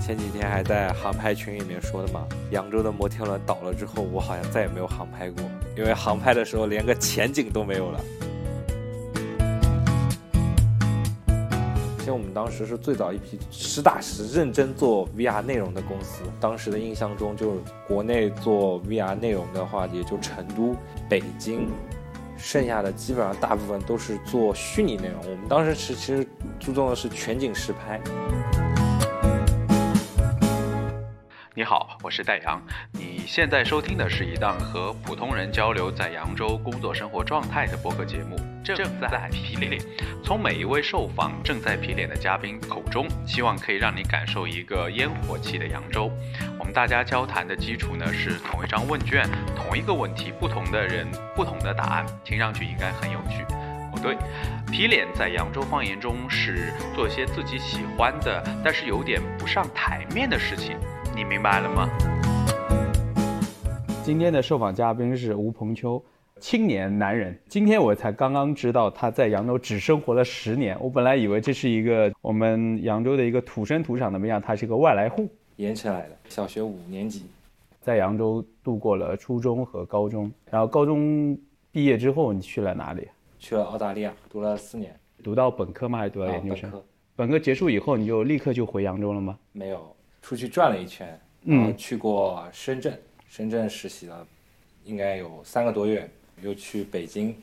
前几天还在航拍群里面说的嘛，扬州的摩天轮倒了之后，我好像再也没有航拍过，因为航拍的时候连个前景都没有了。其实我们当时是最早一批实打实认真做 VR 内容的公司。当时的印象中，就是国内做 VR 内容的话，也就成都、北京，剩下的基本上大部分都是做虚拟内容。我们当时是其实注重的是全景实拍。你好，我是戴阳。你现在收听的是一档和普通人交流在扬州工作生活状态的播客节目，正在皮脸。从每一位受访正在皮脸的嘉宾口中，希望可以让你感受一个烟火气的扬州。我们大家交谈的基础呢是同一张问卷，同一个问题，不同的人不同的答案，听上去应该很有趣。哦，对。皮脸在扬州方言中是做些自己喜欢的，但是有点不上台面的事情，你明白了吗？今天的受访嘉宾是吴鹏秋，青年男人。今天我才刚刚知道他在扬州只生活了十年，我本来以为这是一个我们扬州的一个土生土长的模样，他是一个外来户，延迟来的，小学五年级。在扬州度过了初中和高中，然后高中毕业之后你去了哪里？去了澳大利亚，读了四年。读到本科吗？还是读到啊研究本生？科本科结束以后，你就立刻就回扬州了吗？没有出去转了一圈，嗯然后去过深圳，深圳实习了，应该有三个多月，又去北京，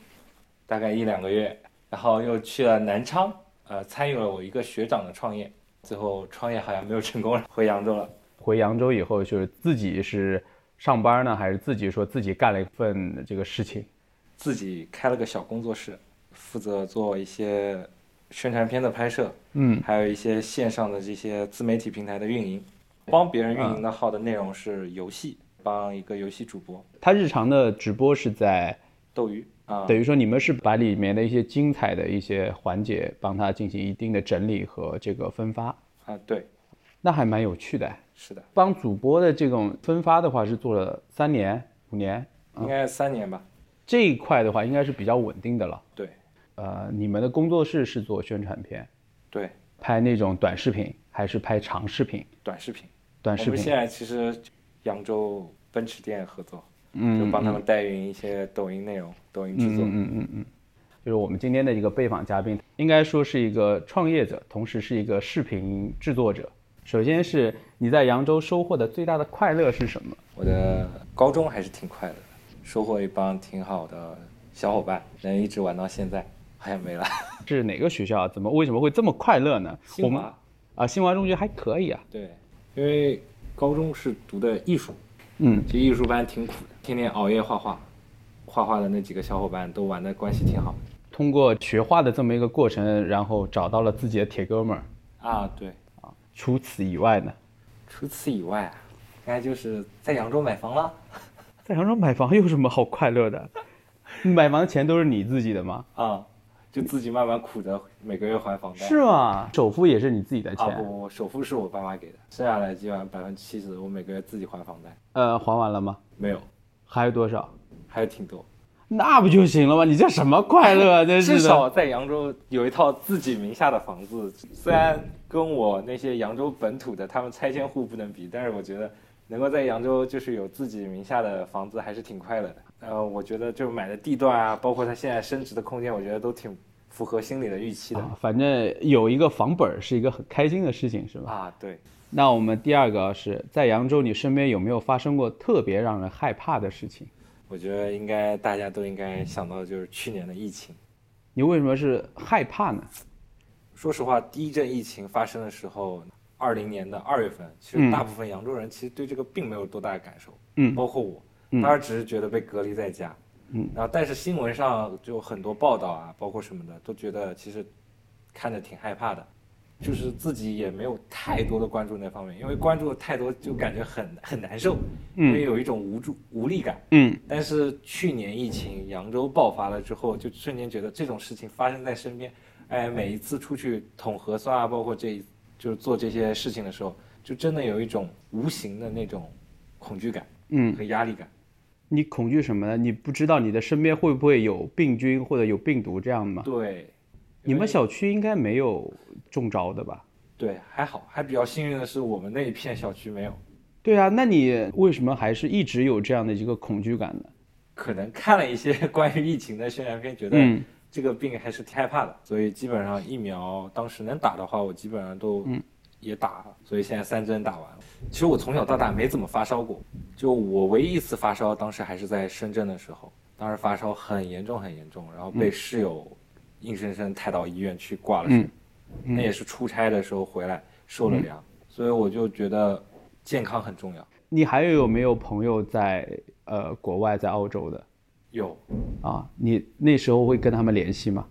大概一两个月，然后又去了南昌，呃，参与了我一个学长的创业，最后创业好像没有成功，回扬州了。回扬州以后，就是自己是上班呢，还是自己说自己干了一份这个事情？自己开了个小工作室，负责做一些宣传片的拍摄，嗯，还有一些线上的这些自媒体平台的运营，帮别人运营的号的内容是游戏，帮一个游戏主播他日常的直播是在，斗鱼啊，等于说你们是把里面的一些精彩的一些环节帮他进行一定的整理和这个分发，啊，对，那还蛮有趣的。是的，帮主播的这种分发的话，是做了三年、五年应该是三年吧。这一块的话，应该是比较稳定的了。对，呃，你们的工作室是做宣传片，对，拍那种短视频还是拍长视频？短视频。短我视们频现在其实扬州奔驰店合作，嗯就帮他们代运一些抖音内容、抖音制嗯作。嗯嗯嗯，就是我们今天的一个被访嘉宾，应该说是一个创业者，同时是一个视频制作者。首先是你在扬州收获的最大的快乐是什么？我的高中还是挺快乐的，收获一帮挺好的小伙伴，能一直玩到现在，好像没 了。是哪个学校？啊怎么为什么会这么快乐呢？我新们华，啊，新华中学还可以啊。对，因为高中是读的艺术，嗯，其实艺术班挺苦的，天天熬夜画画，画画的那几个小伙伴都玩的关系挺好通过学画的这么一个过程，然后找到了自己的铁哥们儿。的。啊，对，除此以外呢，除此以外啊，应该就是在扬州买房了。在扬州买房有什么好快乐的？买房钱都是你自己的吗？啊，就自己慢慢苦着每个月还房贷。 是吗？首付也是你自己的啊，钱？不不不，首付是我爸妈给的，剩下来基本上百分之七十我每个月自己还房贷。呃，还完了吗？没有，还有多少？还有挺多。那不就行了吗？你这什么快乐 啊？真是至的。少在扬州有一套自己名下的房子，虽然跟我那些扬州本土的他们拆迁户不能比，但是我觉得能够在扬州就是有自己名下的房子还是挺快乐的。呃，我觉得就是买的地段啊，包括它现在升值的空间，我觉得都挺符合心里的预期的。啊，反正有一个房本儿是一个很开心的事情，是吧？啊，对，那我们第二个是在扬州，你身边有没有发生过特别让人害怕的事情？我觉得应该大家都应该想到的就是去年的疫情。你为什么是害怕呢？说实话，第一阵疫情发生的时候，二零年的二月份，其嗯实大部分扬州人其实对这个并没有多大的感受，嗯包括我，嗯当时只是觉得被隔离在家，嗯，然后但是新闻上就很多报道啊，包括什么的，都觉得其实看着挺害怕的，就是自己也没有太多的关注那方面，因为关注的太多就感觉很很难受，嗯因为有一种无助无力感。嗯，但是去年疫情扬州爆发了之后，就瞬间觉得这种事情发生在身边，哎，每一次出去捅核酸啊，包括这一就是做这些事情的时候，就真的有一种无形的那种恐惧感，嗯，和压力感。你恐惧什么呢？你不知道你的身边会不会有病菌或者有病毒这样吗？对，你们小区应该没有中招的吧？对，还好，还比较幸运的是我们那一片小区没有。对啊，那你为什么还是一直有这样的一个恐惧感呢？可能看了一些 关于疫情的宣传片，觉得嗯这个病还是挺害怕的，所以基本上疫苗当时能打的话，我基本上都也打了，所以现在三针打完了。其实我从小到大没怎么发烧过，就我唯一一次发烧，当时还是在深圳的时候，当时发烧很严重很严重，然后被室友硬生生抬到医院去挂了水，那也是出差的时候回来受了凉，所以我就觉得健康很重要。你还有没有朋友在呃国外，在澳洲的有啊？你那时候会跟他们联系吗？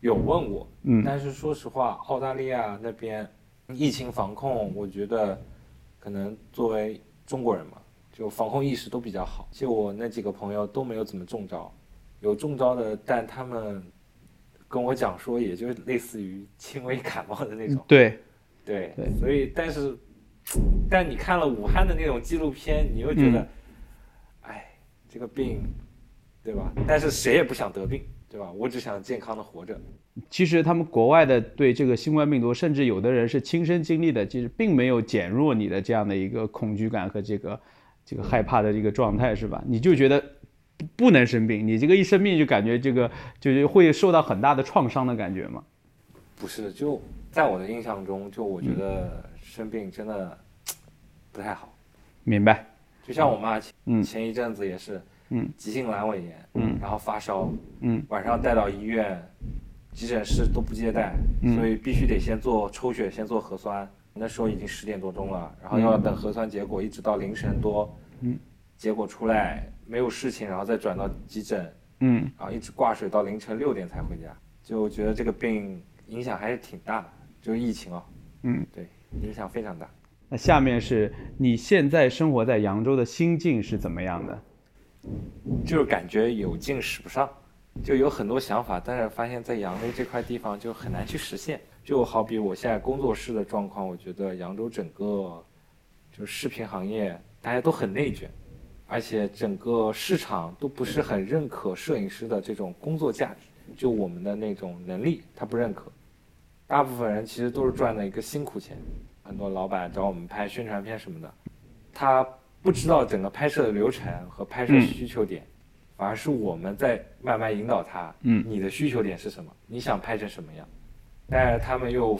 有问我，嗯但是说实话，澳大利亚那边疫情防控，我觉得可能作为中国人嘛，就防控意识都比较好。其实我那几个朋友都没有怎么中招，有中招的，但他们跟我讲说，也就类似于轻微感冒的那种。对，对，嗯对所以但是，但你看了武汉的那种纪录片，你又觉得，哎、这个病，对吧？但是谁也不想得病，对吧？我只想健康的活着。其实他们国外的对这个新冠病毒，甚至有的人是亲身经历的，其实并没有减弱你的这样的一个恐惧感和这个这个害怕的这个状态，是吧？你就觉得不不能生病，你这个一生病就感觉这个就是会受到很大的创伤的感觉嘛。不是，就在我的印象中，就我嗯觉得生病真的不太好。明白？就像我妈前嗯前一阵子也是，嗯，急性阑尾炎，嗯，然后发烧，嗯，晚上带到医院，急诊室都不接待，嗯所以必须得先做抽血，先做核酸。那时候已经十点多钟了，然后要等核酸结果，一直到凌晨多，嗯，结果出来没有事情，然后再转到急诊，嗯，然后啊一直挂水到凌晨六点才回家。就我觉得这个病影响还是挺大的，就是疫情哦，嗯，对，影响非常大。那下面是你现在生活在扬州的心境是怎么样的？就是感觉有劲使不上，就有很多想法，但是发现在扬州这块地方就很难去实现。就好比我现在工作室的状况，我觉得扬州整个就是视频行业大家都很内卷，而且整个市场都不是很认可摄影师的这种工作价值，就我们的那种能力，他不认可。大部分人其实都是赚的一个辛苦钱，很多老板找我们拍宣传片什么的，他不知道整个拍摄的流程和拍摄需求点，反而是我们在慢慢引导他，嗯你的需求点是什么？你想拍成什么样？但是他们又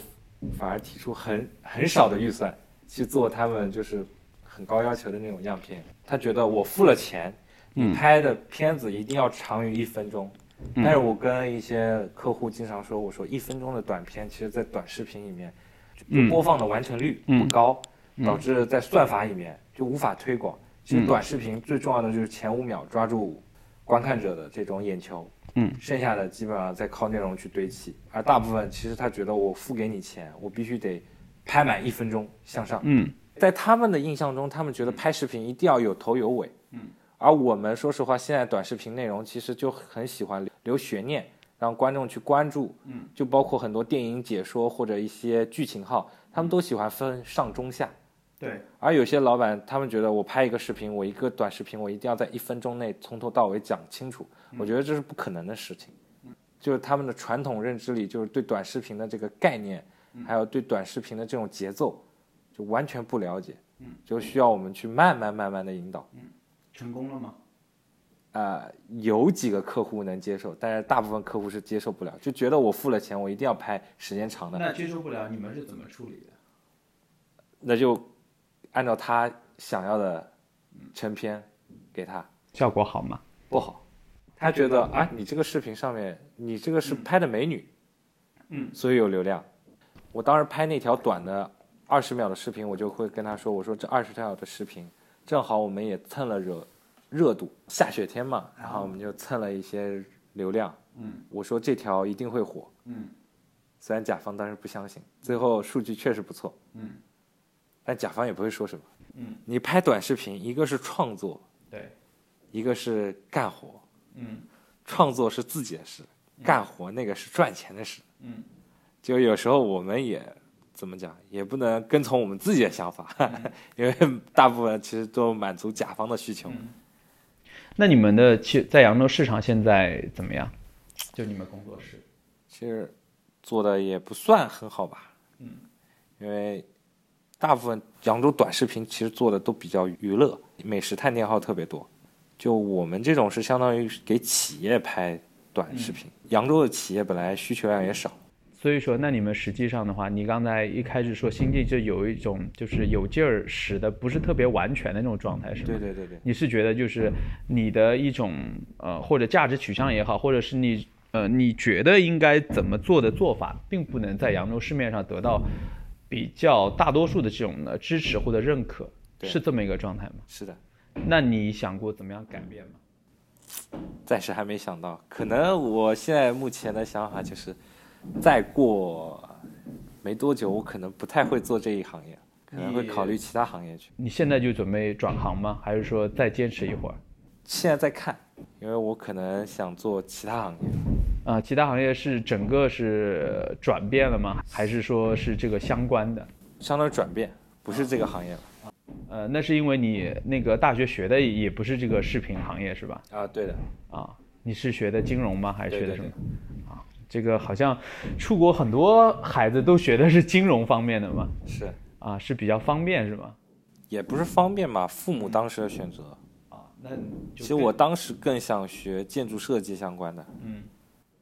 反而提出很很少的预算去做他们就是很高要求的那种样片。他觉得我付了钱，你拍的片子一定要长于一分钟。但是我跟一些客户经常说，我说一分钟的短片，其实在短视频里面，就播放的完成率不高，导致在算法里面就无法推广。其实短视频最重要的就是前五秒抓住观看者的这种眼球，嗯，剩下的基本上再靠内容去堆砌。而大部分其实他觉得我付给你钱，我必须得拍满一分钟向上。嗯，在他们的印象中，他们觉得拍视频一定要有头有尾。嗯，而我们说实话，现在短视频内容其实就很喜欢留悬念，让观众去关注。嗯，就包括很多电影解说或者一些剧情号，他们都喜欢分上中下。对，而有些老板，他们觉得我拍一个视频，我一个短视频，我一定要在一分钟内从头到尾讲清楚，我觉得这是不可能的事情。就是他们的传统认知里，就是对短视频的这个概念，还有对短视频的这种节奏，就完全不了解。就需要我们去慢慢慢慢的引导。成功了吗？呃，有几个客户能接受，但是大部分客户是接受不了，就觉得我付了钱，我一定要拍时间长的。接受不了，你们是怎么处理的？那就按照他想要的成片给他效果好吗？不好，他觉得啊，你这个视频上面你这个是拍的美女，嗯，所以有流量。我当时拍那条短的二十秒的视频，我就会跟他说，我说这二十条的视频正好我们也蹭了热热度，下雪天嘛，然后我们就蹭了一些流量，嗯，我说这条一定会火，嗯，虽然甲方当时不相信，最后数据确实不错，嗯，但甲方也不会说什么，嗯，你拍短视频，一个是创作，对，一个是干活，嗯创作是自己的事，干活那个是赚钱的事，嗯，就有时候我们也怎么讲，也不能跟从我们自己的想法， 因为大部分其实都满足甲方的需求，那你们的其在扬州市场现在怎么样？就你们工作室，其实做的也不算很好吧，嗯，因为大部分扬州短视频其实做的都比较娱乐，美食探店号特别多。就我们这种是相当于给企业拍短视频，扬州的企业本来需求量也少，所以说，那你们实际上的话，你刚才一开始说心地就有一种就是有劲儿使的不是特别完全的那种状态，是吗？对对对对，你是觉得就是你的一种呃或者价值取向也好，或者是你呃你觉得应该怎么做的做法，并不能在扬州市面上得到比较大多数的这种的支持或者认可，对是这么一个状态吗？是的。那你想过怎么样改变吗？暂时还没想到，可能我现在目前的想法就是，再过没多久，我可能不太会做这一行业，可能会你考虑其他行业去。你现在就准备转行吗？还是说再坚持一会儿？现在在看，因为我可能想做其他行业。啊、其他行业是整个是呃转变了吗？还是说是这个相关的？相当于转变，不是这个行业了。呃，那是因为你那个大学学的也不是这个视频行业是吧？啊，对的，啊，你是学的金融吗？还是对学的对什么？啊，这个好像出国很多孩子都学的是金融方面的嘛，是，啊，是比较方便是吗？也不是方便吧，父母当时的选择。啊，那其实我当时更想学建筑设计相关的。嗯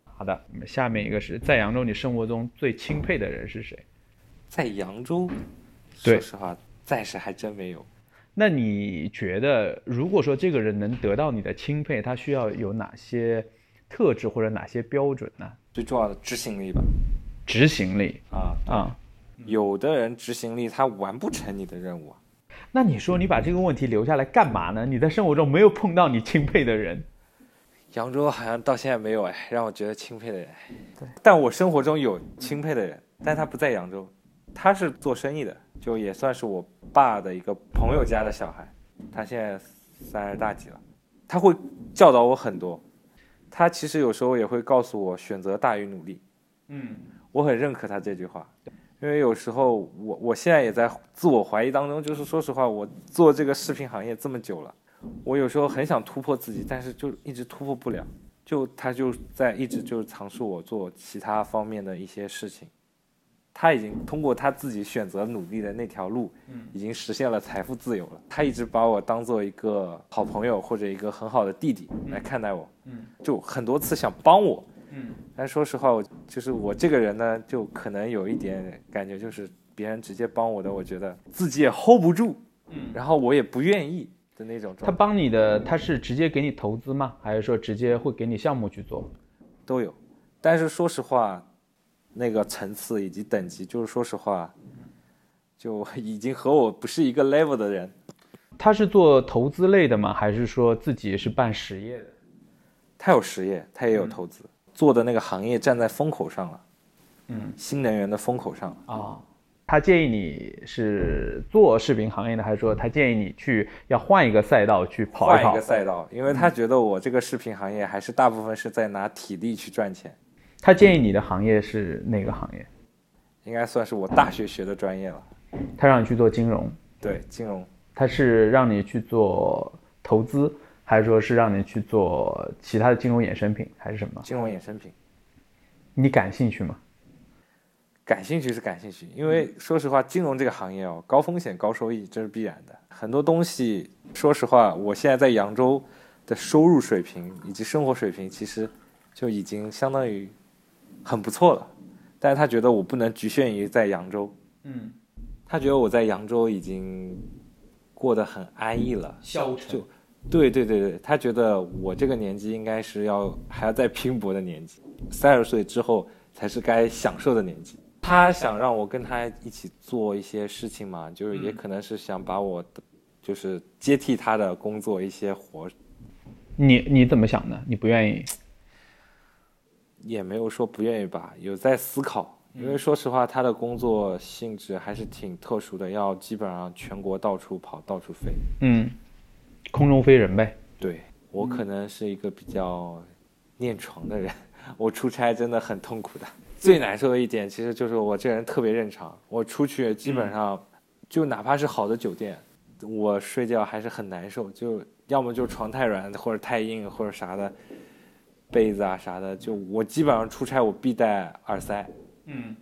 好的，我们下面一个是在扬州，你生活中最钦佩的人是谁？在扬州，对说实话，暂时还真没有。那你觉得，如果说这个人能得到你的钦佩，他需要有哪些特质或者哪些标准呢？最重要的执行力吧。执行力啊，啊。有的人执行力他完不成你的任务啊，那你说你把这个问题留下来干嘛呢？你在生活中没有碰到你钦佩的人，扬州好像到现在没有哎，让我觉得钦佩的人。对，但我生活中有钦佩的人，但他不在扬州，他是做生意的，就也算是我爸的一个朋友家的小孩，他现在三十大几了，他会教导我很多，他其实有时候也会告诉我选择大于努力，嗯，我很认可他这句话，因为有时候我我现在也在自我怀疑当中，就是说实话，我做这个视频行业这么久了，我有时候很想突破自己，但是就一直突破不了，就他就在一直就是尝试我做其他方面的一些事情，他已经通过他自己选择努力的那条路，已经实现了财富自由了。他一直把我当做一个好朋友或者一个很好的弟弟来看待我，就很多次想帮我，但说实话，我就是我这个人呢，就可能有一点感觉，就是别人直接帮我的，我觉得自己也 hold 不住，嗯然后我也不愿意的那种他状态帮你的，他是直接给你投资吗？还是说直接会给你项目去做？都有。但是说实话，那个层次以及等级，就是说实话，就已经和我不是一个 level 的人，他是做投资类的吗？还是说自己是办实业的？他有实业，他也有投资，做的那个行业站在风口上了，嗯，新能源的风口上了。啊、他建议你是做视频行业的，还是说他建议你去要换一个赛道去跑嗯换跑？一个赛道，因为他觉得我这个视频行业还是大部分是在拿体力去赚钱，他建议你的行业是哪个行业？应该算是我大学学的专业了。他让你去做金融，对，金融他是让你去做投资，还是说是让你去做其他的金融衍生品，还是什么？金融衍生品，你感兴趣吗？感兴趣是感兴趣，因为说实话，金融这个行业哦，高风险高收益这是必然的。很多东西，说实话，我现在在扬州的收入水平以及生活水平，其实就已经相当于很不错了。但是他觉得我不能局限于在扬州，嗯，他觉得我在扬州已经过得很安逸了。下午就对对对对，他觉得我这个年纪应该是要还要再拼搏的年纪，三十岁之后才是该享受的年纪。他想让我跟他一起做一些事情嘛，就是也可能是想把我的，就是接替他的工作一些活，你你怎么想的？你不愿意？也没有说不愿意吧，有在思考。因为说实话，他的工作性质还是挺特殊的，要基本上全国到处跑，到处飞。嗯，空中飞人呗。对我可能是一个比较念床的人，我出差真的很痛苦的。最难受的一点，其实就是我这人特别认床，我出去基本上就哪怕是好的酒店，我睡觉还是很难受，就要么就床太软或者太硬或者啥的，被子啊啥的，就我基本上出差我必带耳塞，嗯，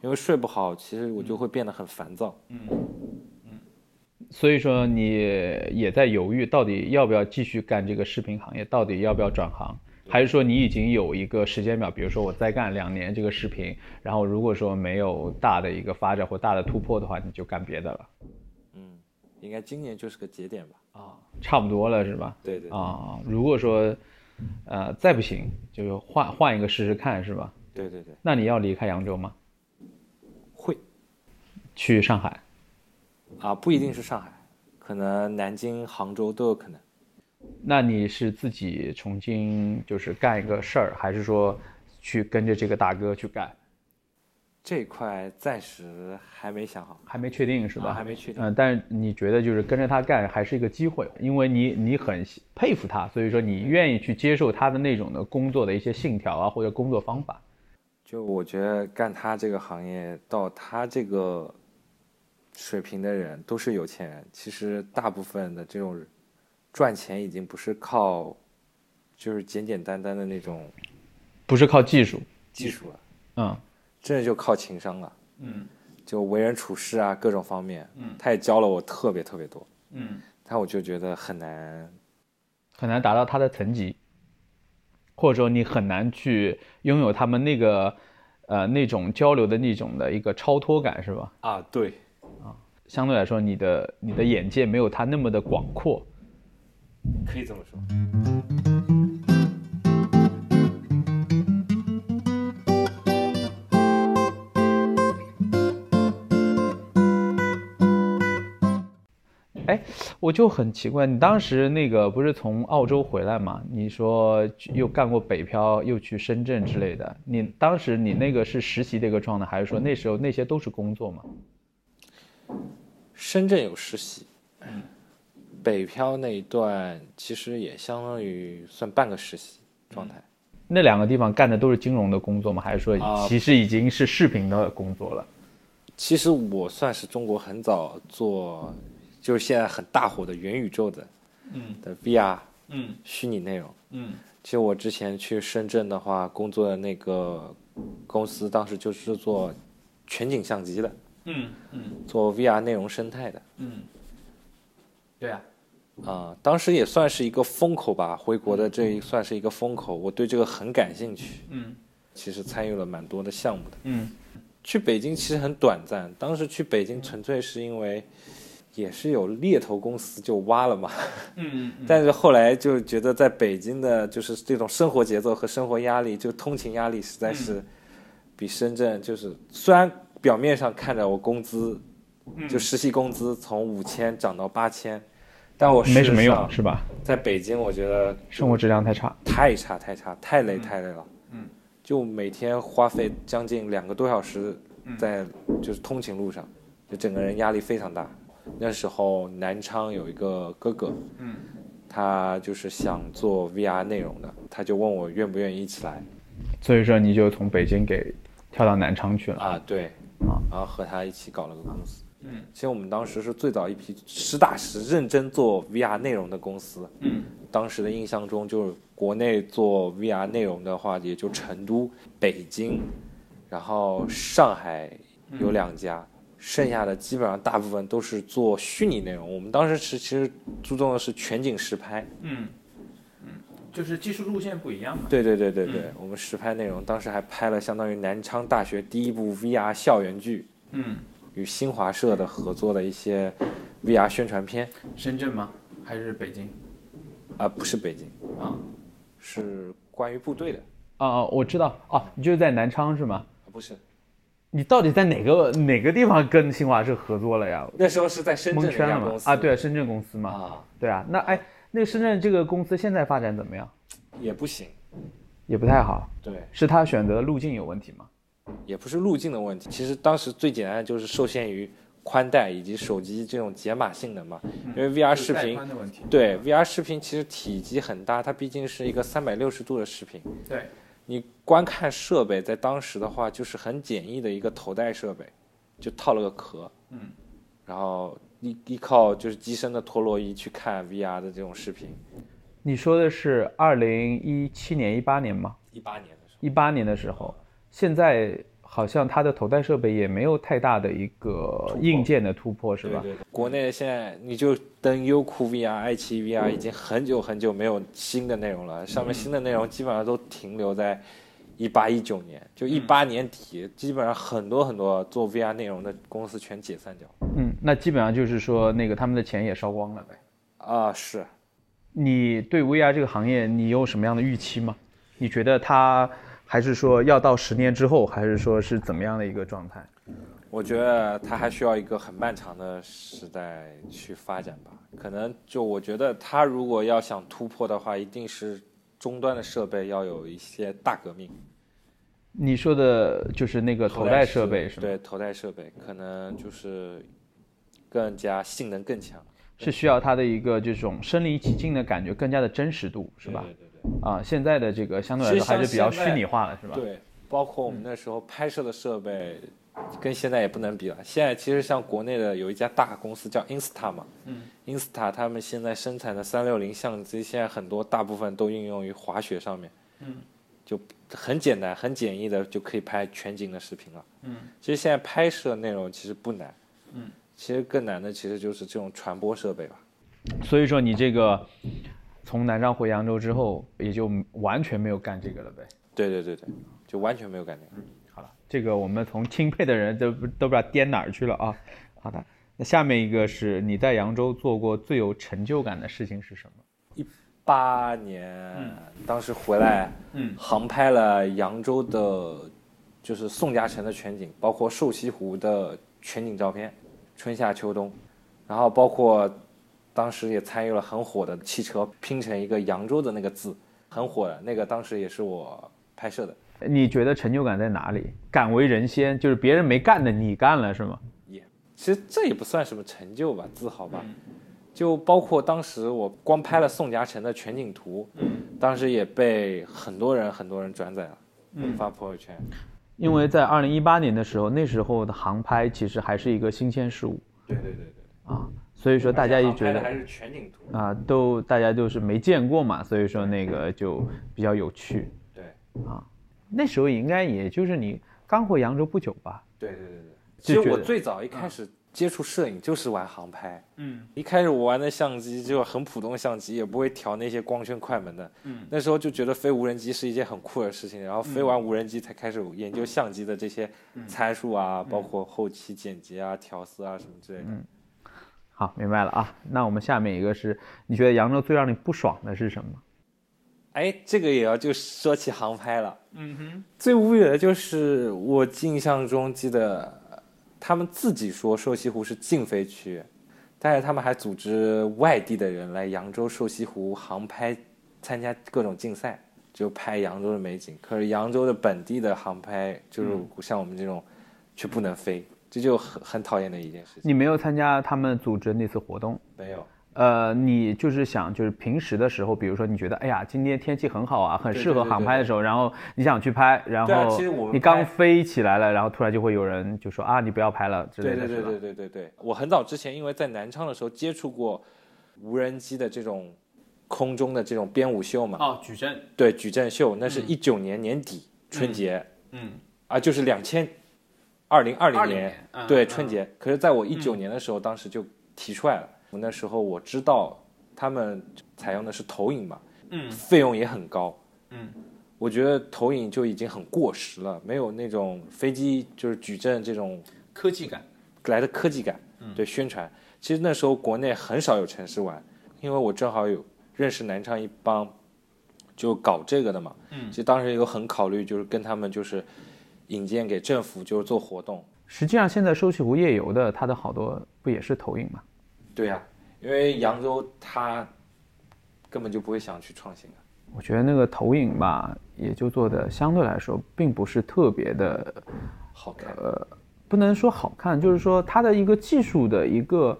因为睡不好，其实我就会变得很烦躁。所以说你也在犹豫，到底要不要继续干这个视频行业，到底要不要转行，还是说你已经有一个时间表，比如说我再干两年这个视频，然后如果说没有大的一个发展或大的突破的话，你就干别的了嗯，应该今年就是个节点吧？啊，差不多了是吧？对对啊，如果说呃再不行，就换换一个试试看是吧？对对对，那你要离开扬州吗？会去上海？啊，不一定是上海，可能南京、杭州都有可能。那你是自己重新就是干一个事儿，还是说去跟着这个大哥去干？这一块暂时还没想好，还没确定是吧？啊还没确定嗯、但是你觉得就是跟着他干还是一个机会，因为你你很佩服他，所以说你愿意去接受他的那种的工作的一些信条啊，或者工作方法。就我觉得干他这个行业，到他这个水平的人都是有钱人。其实大部分的这种赚钱已经不是靠，就是简简单单的那种不是靠技术，技术了，嗯，真的就靠情商了。嗯就为人处事啊，各种方面，嗯他也教了我特别特别多，嗯但我就觉得很难。很难达到他的层级，或者说你很难去拥有他们那个呃那种交流的那种的一个超脱感，是吧？啊，对，相对来说，你的你的眼界没有他那么的广阔。可以这么说。哎我就很奇怪，你当时那个不是从澳洲回来嘛？你说去又干过北漂，又去深圳之类的。你当时你那个是实习的一个状态，还是说那时候那些都是工作嘛？深圳有实习，嗯北漂那一段其实也相当于算半个实习状态。嗯那两个地方干的都是金融的工作吗？还是说啊其实已经是视频的工作了？其实我算是中国很早做，就是现在很大火的元宇宙的，嗯的 VR 嗯虚拟内容。嗯其实我之前去深圳的话，工作的那个公司当时就是做全景相机的，嗯嗯做 VR 内容生态的。嗯，对啊，啊、当时也算是一个风口吧，回国的这一算是一个风口，我对这个很感兴趣。嗯其实参与了蛮多的项目的。嗯去北京其实很短暂，当时去北京纯粹是因为也是有猎头公司就挖了嘛，嗯嗯但是后来就觉得在北京的就是这种生活节奏和生活压力，就通勤压力实在是比深圳就是虽然表面上看着我工资就实习工资从五千涨到八千，但我没什事么实用上是吧？在北京，我觉得生活质量太差。太差太差，太累太累了。嗯，就每天花费将近两个多小时在嗯就是通勤路上，就整个人压力非常大。那时候南昌有一个哥哥，嗯，他就是想做 VR 内容的，他就问我愿不愿意一起来所以说你就从北京给跳到南昌去了。啊？对，啊然后和他一起搞了个公司。嗯，其实我们当时是最早一批实打实认真做 VR 内容的公司。嗯当时的印象中，就是国内做 VR 内容的话，也就成都、北京，然后上海有两家，剩下的基本上大部分都是做虚拟内容。我们当时是其实注重的是全景实拍，嗯嗯，就是技术路线不一样嘛。对对对对嗯对，我们实拍内容，当时还拍了相当于南昌大学第一部 VR 校园剧，嗯，与新华社的合作的一些 VR 宣传片深圳吗？还是北京？啊，不是北京，啊，是关于部队的，啊啊，我知道啊，你就是在南昌是吗？啊不是，你到底在哪个哪个地方跟新华社合作了呀？那时候是在深圳蒙的一圈家了公吗？司啊，对啊，深圳公司嘛。啊，对啊，那哎，那个深圳这个公司现在发展怎么样？也不行，也不太好，对，是他选择的路径有问题吗？也不是路径的问题。其实当时最简单的就是受限于宽带以及手机这种解码性能嘛，嗯因为 VR 视频，的问题。对 VR 视频其实体积很大，它毕竟是一个三百六十度的视频，对，你观看设备在当时的话就是很简易的一个头戴设备，就套了个壳，嗯，然后依依靠就是机身的陀螺仪去看 VR 的这种视频。你说的是二零一七年、一八年吗？一八年的时一八年的时候，现在好像它的头戴设备也没有太大的一个硬件的突破，是吧？对对对国内现在你就登优酷 VR、爱奇艺 VR 已经很久很久没有新的内容了，上面新的内容基本上都停留在一八一九年，就一八年底，基本上很多很多做 VR 内容的公司全解散掉了嗯，那基本上就是说那个他们的钱也烧光了呗。啊，是。你对 VR 这个行业你有什么样的预期吗？你觉得它还是说要到十年之后，还是说是怎么样的一个状态？我觉得它还需要一个很漫长的时代去发展吧。可能就我觉得，它如果要想突破的话，一定是终端的设备要有一些大革命。你说的就是那个头戴设备是吗？对，头戴设备可能就是更加性能更强，是需要它的一个这种身临其境的感觉，更加的真实度是吧？对对对啊，现在的这个相对来说还是比较虚拟化了是吧？嗯对对，包括我们那时候拍摄的设备，跟现在也不能比了。现在其实像国内的有一家大公司叫 Insta 嘛，嗯，Insta 他们现在生产的三六零相机，现在很多大部分都应用于滑雪上面，嗯，就很简单、很简易的就可以拍全景的视频了。嗯，其实现在拍摄内容其实不难，嗯，其实更难的其实就是这种传播设备吧。所以说你这个从南昌回扬州之后，也就完全没有干这个了呗。对对对对，就完全没有感觉。好了，这个我们从钦佩的人都不都不知道颠哪儿去了啊。好的，那下面一个是你在扬州做过最有成就感的事情是什么？八年，当时回来，航拍了扬州的，就是宋家城的全景，包括瘦西湖的全景照片，春夏秋冬，然后包括当时也参与了很火的汽车拼成一个扬州的那个字，很火的那个，当时也是我拍摄的，你觉得成就感在哪里？敢为人先，就是别人没干的你干了是吗？也其实这也不算什么成就吧，自豪吧。就包括当时我光拍了宋家城的全景图，当时也被很多人很多人转载了，发朋友圈。因为在二零一八年的时候，那时候的航拍其实还是一个新鲜事物对对对对，啊，所以说大家也觉拍的得还是全景图。啊，都大家都是没见过嘛，所以说那个就比较有趣。对那时候应该也就是你刚回扬州不久吧？对对对对，其就觉得实我最早一开始接触摄影就是玩航拍，嗯，一开始我玩的相机就很普通相机，也不会调那些光圈快门的，嗯，那时候就觉得飞无人机是一件很酷的事情，然后嗯飞完无人机才开始研究相机的这些参数啊，嗯包括后期剪辑啊、调色啊什么之类的。好，明白了啊。那我们下面一个是，你觉得扬州最让你不爽的是什么？哎，这个也要就说起航拍了。嗯哼，最无语的就是我印象中记得呃他们自己说瘦西湖是禁飞区，但是他们还组织外地的人来扬州瘦西湖航拍，参加各种竞赛，就拍扬州的美景。可是扬州的本地的航拍，就是像我们这种，却不能飞，这就很很讨厌的一件事情。你没有参加他们组织那次活动，没有，呃，你就是想就是平时的时候，比如说你觉得哎呀今天天气很好啊，很对适合对对航拍的时候，然后你想去拍，然对啊后其实我们你刚拍飞起来了，然后突然就会有人就说啊你不要拍了之类对的，对对是吧？对对对对，我很早之前因为在南昌的时候接触过无人机的这种空中的这种编舞秀嘛，啊哦，矩阵，对矩阵秀，那是一九年年底春节，嗯，啊就是两千二零二零20年年，啊嗯对嗯春节。可是在我一九年的时候，当时就提出来了。我那时候我知道他们采用的是投影嘛，嗯费用也很高，嗯，我觉得投影就已经很过时了，没有那种飞机就是矩阵这种科技感，来的科技感，对宣传。其实那时候国内很少有城市玩，因为我正好有认识南昌一帮就搞这个的嘛，其实当时有很考虑，就是跟他们就是引荐给政府，就是做活动。实际上现在收起湖夜游的它的好多不也是投影吗？对呀、因为扬州他根本就不会想去创新啊。我觉得那个投影吧，也就做的相对来说并不是特别的，好看，不能说好看，就是说它的一个技术的一个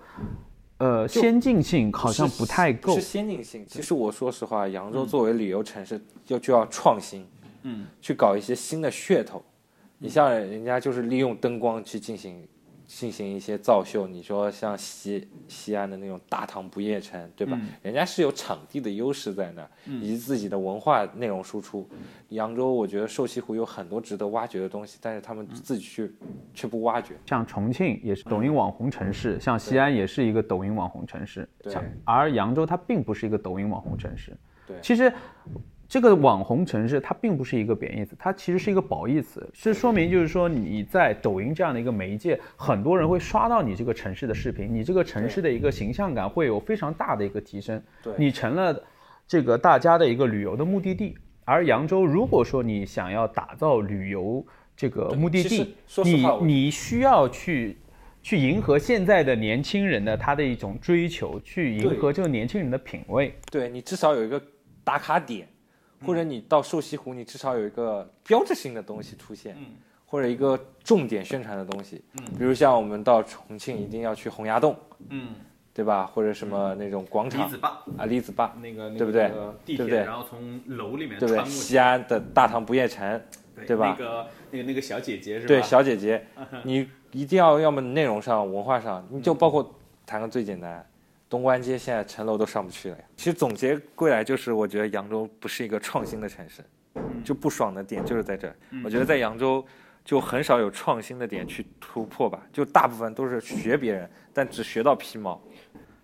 呃先进性好像不太够嗯是。先进性。其实我说实话，扬州作为旅游城市，要就要创新，嗯嗯，去搞一些新的噱头。你像人家就是利用灯光去进行进行一些造秀。你说像西西安的那种大唐不夜城，对吧？嗯人家是有场地的优势在那儿，以及自己的文化内容输出。扬州，我觉得瘦西湖有很多值得挖掘的东西，但是他嗯们自己去却不挖掘。像重庆也是嗯抖音网红城市，像西安也是一个抖音网红城市，对像而扬州它并不是一个抖音网红城市。对其实这个网红城市它并不是一个贬义词，它其实是一个褒义词，是说明就是说你在抖音这样的一个媒介，很多人会刷到你这个城市的视频，你这个城市的一个形象感会有非常大的一个提升，对你成了这个大家的一个旅游的目的地。而扬州，如果说你想要打造旅游这个目的其实地，说实你话我你需要去去迎合现在的年轻人的他的一种追求，去迎对合这个年轻人的品味。对你至少有一个打卡点，或者你到瘦西湖，你至少有一个标志性的东西出现，或者一个重点宣传的东西。比如像我们到重庆一定要去洪崖洞，嗯，对吧？或者什么那种广场坝啊，嗯李子坝，那个对不对那个地对铁，不对然后从楼里面对不对？穿过去，西安的大唐不夜城，对吧那个那个那个小姐姐是吧？对，小姐姐，你一定要要么内容上、文化上，嗯你就包括谈个最简单，东关街现在城楼都上不去了呀。其实总结归来就是，我觉得扬州不是一个创新的城市，嗯就不爽的点就是在这儿。我觉得在扬州就很少有创新的点去突破吧，就大部分都是学别人，但只学到皮毛。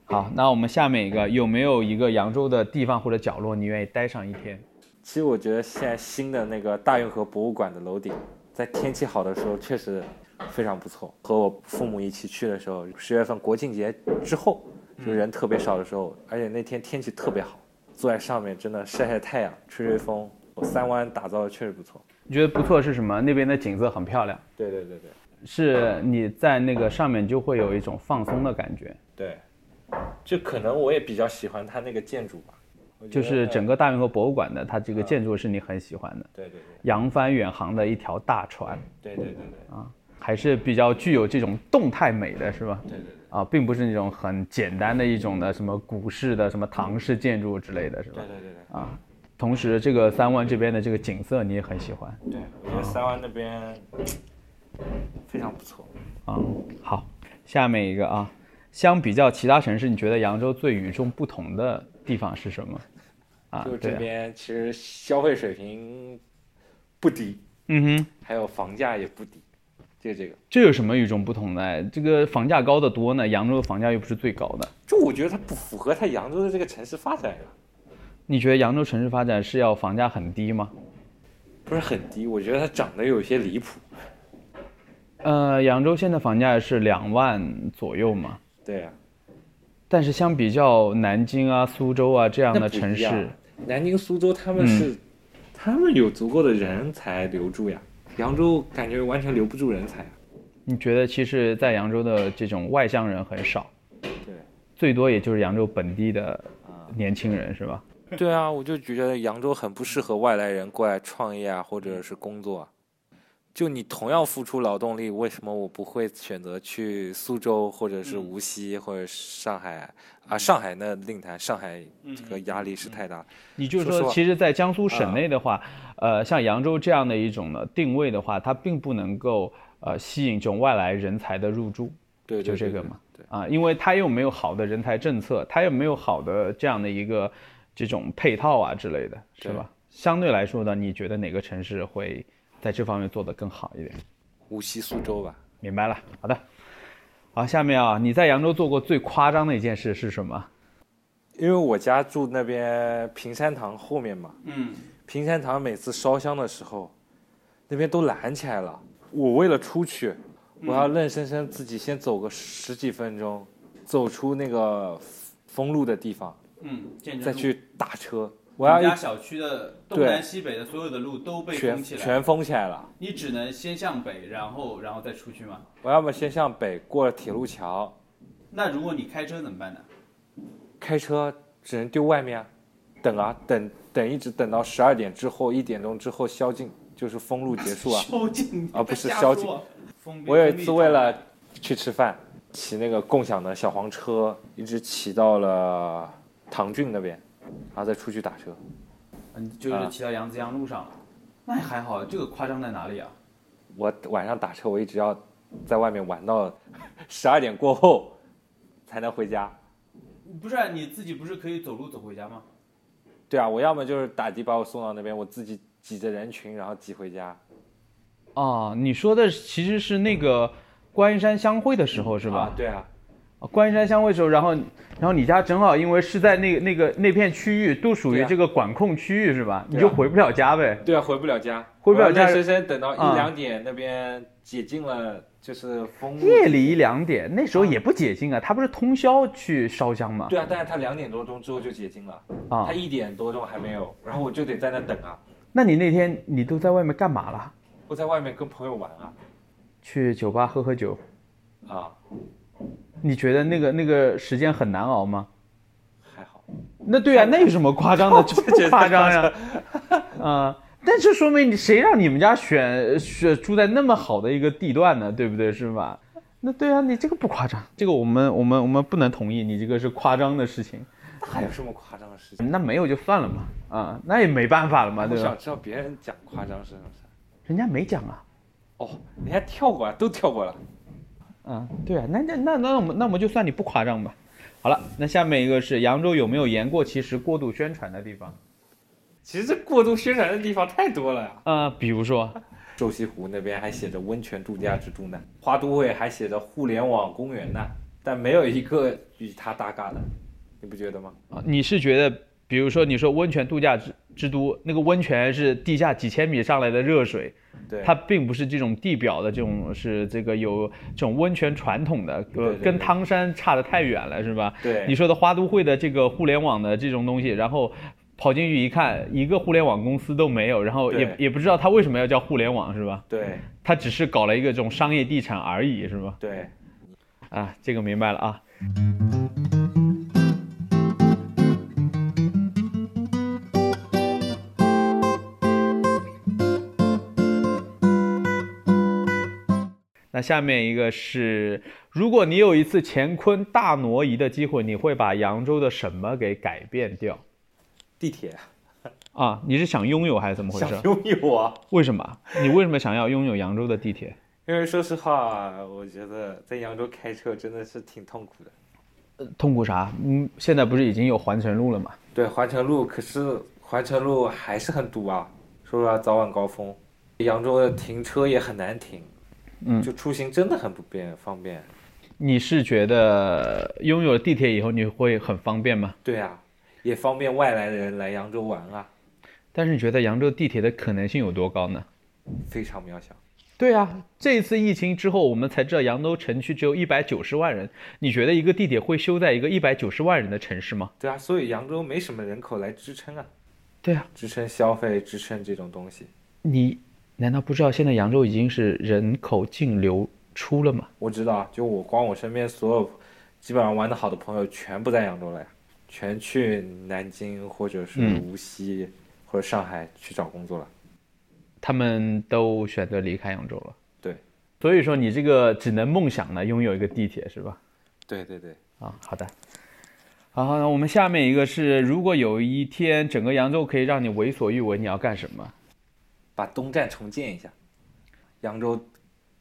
好，那我们下面一个有没有一个扬州的地方或者角落你愿意待上一天？其实我觉得现在新的那个大运河博物馆的楼顶，在天气好的时候确实非常不错。和我父母一起去的时候，十月份国庆节之后，就人特别少的时候，而且那天天气特别好，坐在上面真的晒晒太阳、吹吹风，我三湾打造的确实不错。你觉得不错是什么？那边的景色很漂亮，对对对对是你在那个上面就会有一种放松的感觉，对，就可能我也比较喜欢它那个建筑吧，我觉就得是整呃个大运河博物馆的它这个建筑是你很喜欢的，对对扬帆远航的一条大船。对对对对对还是比较具有这种动态美的，是吧？对对对。啊，并不是那种很简单的一种的什么古式的什么唐式建筑之类的，是吧对？对对对啊，同时这个三湾这边的这个景色你也很喜欢对，我觉得三湾那边非常不错。啊。好，下面一个啊，相比较其他城市，你觉得扬州最与众不同的地方是什么？啊就，这对啊，边其实消费水平不低，嗯哼，还有房价也不低，就这个。这有什么与众不同的？这个房价高得多呢，扬州的房价又不是最高的。就我觉得它不符合它扬州的这个城市发展呀，你觉得扬州城市发展是要房价很低吗？不是很低，我觉得它涨得有些离谱。呃，扬州现在房价是两万左右嘛，对啊呀、但是相比较南京啊、苏州啊这样那的不城一样市，南京、苏州他们嗯是，他们有足够的人才留住呀，扬州感觉完全留不住人才呀。啊你觉得其实，在扬州的这种外乡人很少，对，最多也就是扬州本地的啊年轻人是吧？ 对啊，我就觉得扬州很不适合外来人过来创业啊，或嗯者是工作啊。就你同样付出劳动力，为什么我不会选择去苏州，或者嗯是无锡，或者是上海啊？上海那另谈，上海这嗯个压力是太大了。你就是说啊实说，话其实，在江苏省内的话，呃，像扬州这样的一种呢定位的话，它并不能够呃吸引这种外来人才的入驻，对，就对这个。对嘛。对，啊，因为它又没有好的人才政策，它又没有好的这样的一个这种配套啊之类的，是对吧？相对来说呢，你觉得哪个城市会在这方面做得更好一点？无锡、苏州吧，明白了，好的。好，下面啊，你在扬州做过最夸张的一件事是什么？因为我家住那边平山堂后面嘛。嗯。平山堂每次烧香的时候，那边都拦起来了。我为了出去，嗯我要愣生生自己先走个十几分钟，走出那个封路的地方，嗯，建再真路去打车。我我们要家一小区的东对南西北的所有的路都被封全起来，全封起来了。你只能先向北，然后然后再出去嘛。我要么先向北过了铁路桥，那如果你开车怎么办呢？开车只能丢外面啊，等啊等等，一直等到十二点之后，一点钟之后宵禁，就是封路结束啊。宵 禁啊不是宵消禁禁。封闭我有一次为了去吃饭，骑那个共享的小黄车，一直骑到了唐郡那边，然后再出去打车。嗯，就是骑到扬子江路上了。那还好，这个夸张在哪里啊？我晚上打车，我一直要在外面玩到十二点过后才能回家。不是、啊、你自己不是可以走路走回家吗？对啊，我要么就是打的把我送到那边，我自己挤着人群然后挤回家。哦，你说的其实是那个关山相会的时候是吧嗯啊？？对啊，啊关山相会的时候，然后然后你家正好因为是在那个那个那片区域都属对于啊这个管控区域是吧？你对啊就回不了家呗。对啊，回不了家，回不了家我要深深等到啊一两点，那边解禁了，就是封嗯路夜里一两点，那时候也不解禁啊，他不是通宵去烧香吗？对啊，但是他两点多钟之后就解禁了，啊他，一点多钟还没有，然后我就得在那等啊，那你那天你都在外面干嘛了？我在外面跟朋友玩啊去酒吧喝喝酒，啊，你觉得那个那个时间很难熬吗？还好，那对啊，那有什么夸 张的？这觉不得夸张呀， 啊！但是说明你谁让你们家选选住在那么好的一个地段呢？对不对？是吧？那对啊，你这个不夸张，这个我们我们我们不能同意，你这个是夸张的事情。那还有什么夸张的事情？那没有就算了嘛，啊，那也没办法了嘛，我对吧想？知道别人讲夸张是什么事儿。人家没讲啊，哦，人家跳过了，都跳过了。啊，对啊，那那那那我们那我们就算你不夸张吧。好了，那下面一个是扬州有没有言过其实、过度宣传的地方？其实这过度宣传的地方太多了呀。啊，比如说，瘦西湖那边还写着温泉度假之都呢，花都会还写着互联网公园呢，但没有一个与它搭嘎的，你不觉得吗？啊你是觉得，比如说你说温泉度假之之都，那个温泉是地下几千米上来的热水，对，它并不是这种地表的这种，是这个有这种温泉传统的，对呃对跟对汤山差得太远了，是吧？对你说的花都会的这个互联网的这种东西，然后跑进去一看，一个互联网公司都没有，然后也对也不知道它为什么要叫互联网，是吧？对它只是搞了一个这种商业地产而已，是吧？对，啊，这个明白了啊。那下面一个是，如果你有一次乾坤大挪移的机会，你会把扬州的什么给改变掉地铁啊？你是想拥有还是怎么回想事？拥有啊，为什么？你为什么想要拥有扬州的地铁？因为说实话，我觉得在扬州开车真的是挺痛苦的。呃痛苦啥？嗯，现在不是已经有环城路了吗？对，环城路可是环城路还是很堵啊，说实话，早晚高峰，扬州的停车也很难停，嗯就出行真的很不便方便。你是觉得拥有了地铁以后你会很方便吗？对啊，也方便外来人来扬州玩啊，但是你觉得扬州地铁的可能性有多高呢？非常渺小。对啊，这次疫情之后，我们才知道扬州城区只有一百九十万人。你觉得一个地铁会修在一个一百九十万人的城市吗？对啊，所以扬州没什么人口来支撑啊，对啊，支撑消费，支撑这种东西。你难道不知道现在扬州已经是人口净流出了吗？我知道啊，就我光我身边所有基本上玩的好的朋友全不在扬州了呀，全去南京或者是嗯无锡、或者上海去找工作了。他们都选择离开扬州了。对，所以说你这个只能梦想呢，拥有一个地铁是吧？对对对，啊，好的。好，那我们下面一个是，如果有一天整个扬州可以让你为所欲为，你要干什么？把东站重建一下，扬州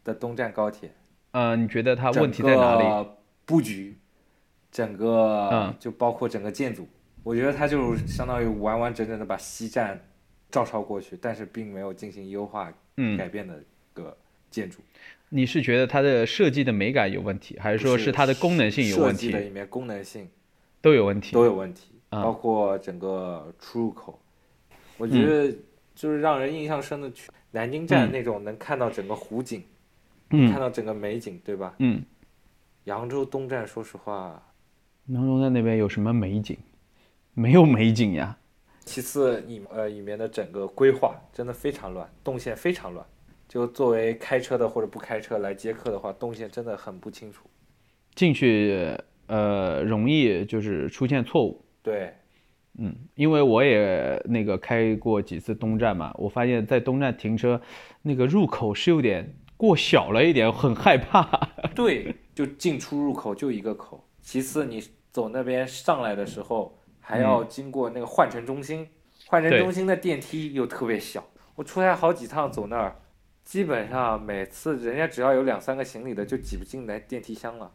的东站高铁。呃，你觉得它问题在哪里？？布局，整个、嗯就包括整个建筑，我觉得它就是相当于完完整整的把西站照抄过去，但是并没有进行优化嗯，改变的一个建筑，你是觉得它的设计的美感有问题，还是说不是是它的功能性有设问计的里题？面功能性都有问题都。有问题，啊包括整个出入口，我觉得就是让人印象深的去南京站嗯那种能看到整个湖景，看嗯到整个美景，对吧？嗯，扬州东站，说实话，扬州在那边有什么美景？没有美景呀。其次，里呃里面的整个规划真的非常乱，动线非常乱。就作为开车的或者不开车来接客的话，动线真的很不清楚。进去呃，容易就是出现错误。对，嗯，因为我也那个开过几次东站嘛，我发现在东站停车，那个入口是有点过小了一点，很害怕。 对，就进出入口就一个口。其次，你走那边上来的时候，还要嗯经过那个换乘中心，换乘对中心的电梯又特别小。我出来好几趟走那儿，基本上每次人家只要有两三个行李的，就挤不进来电梯箱了。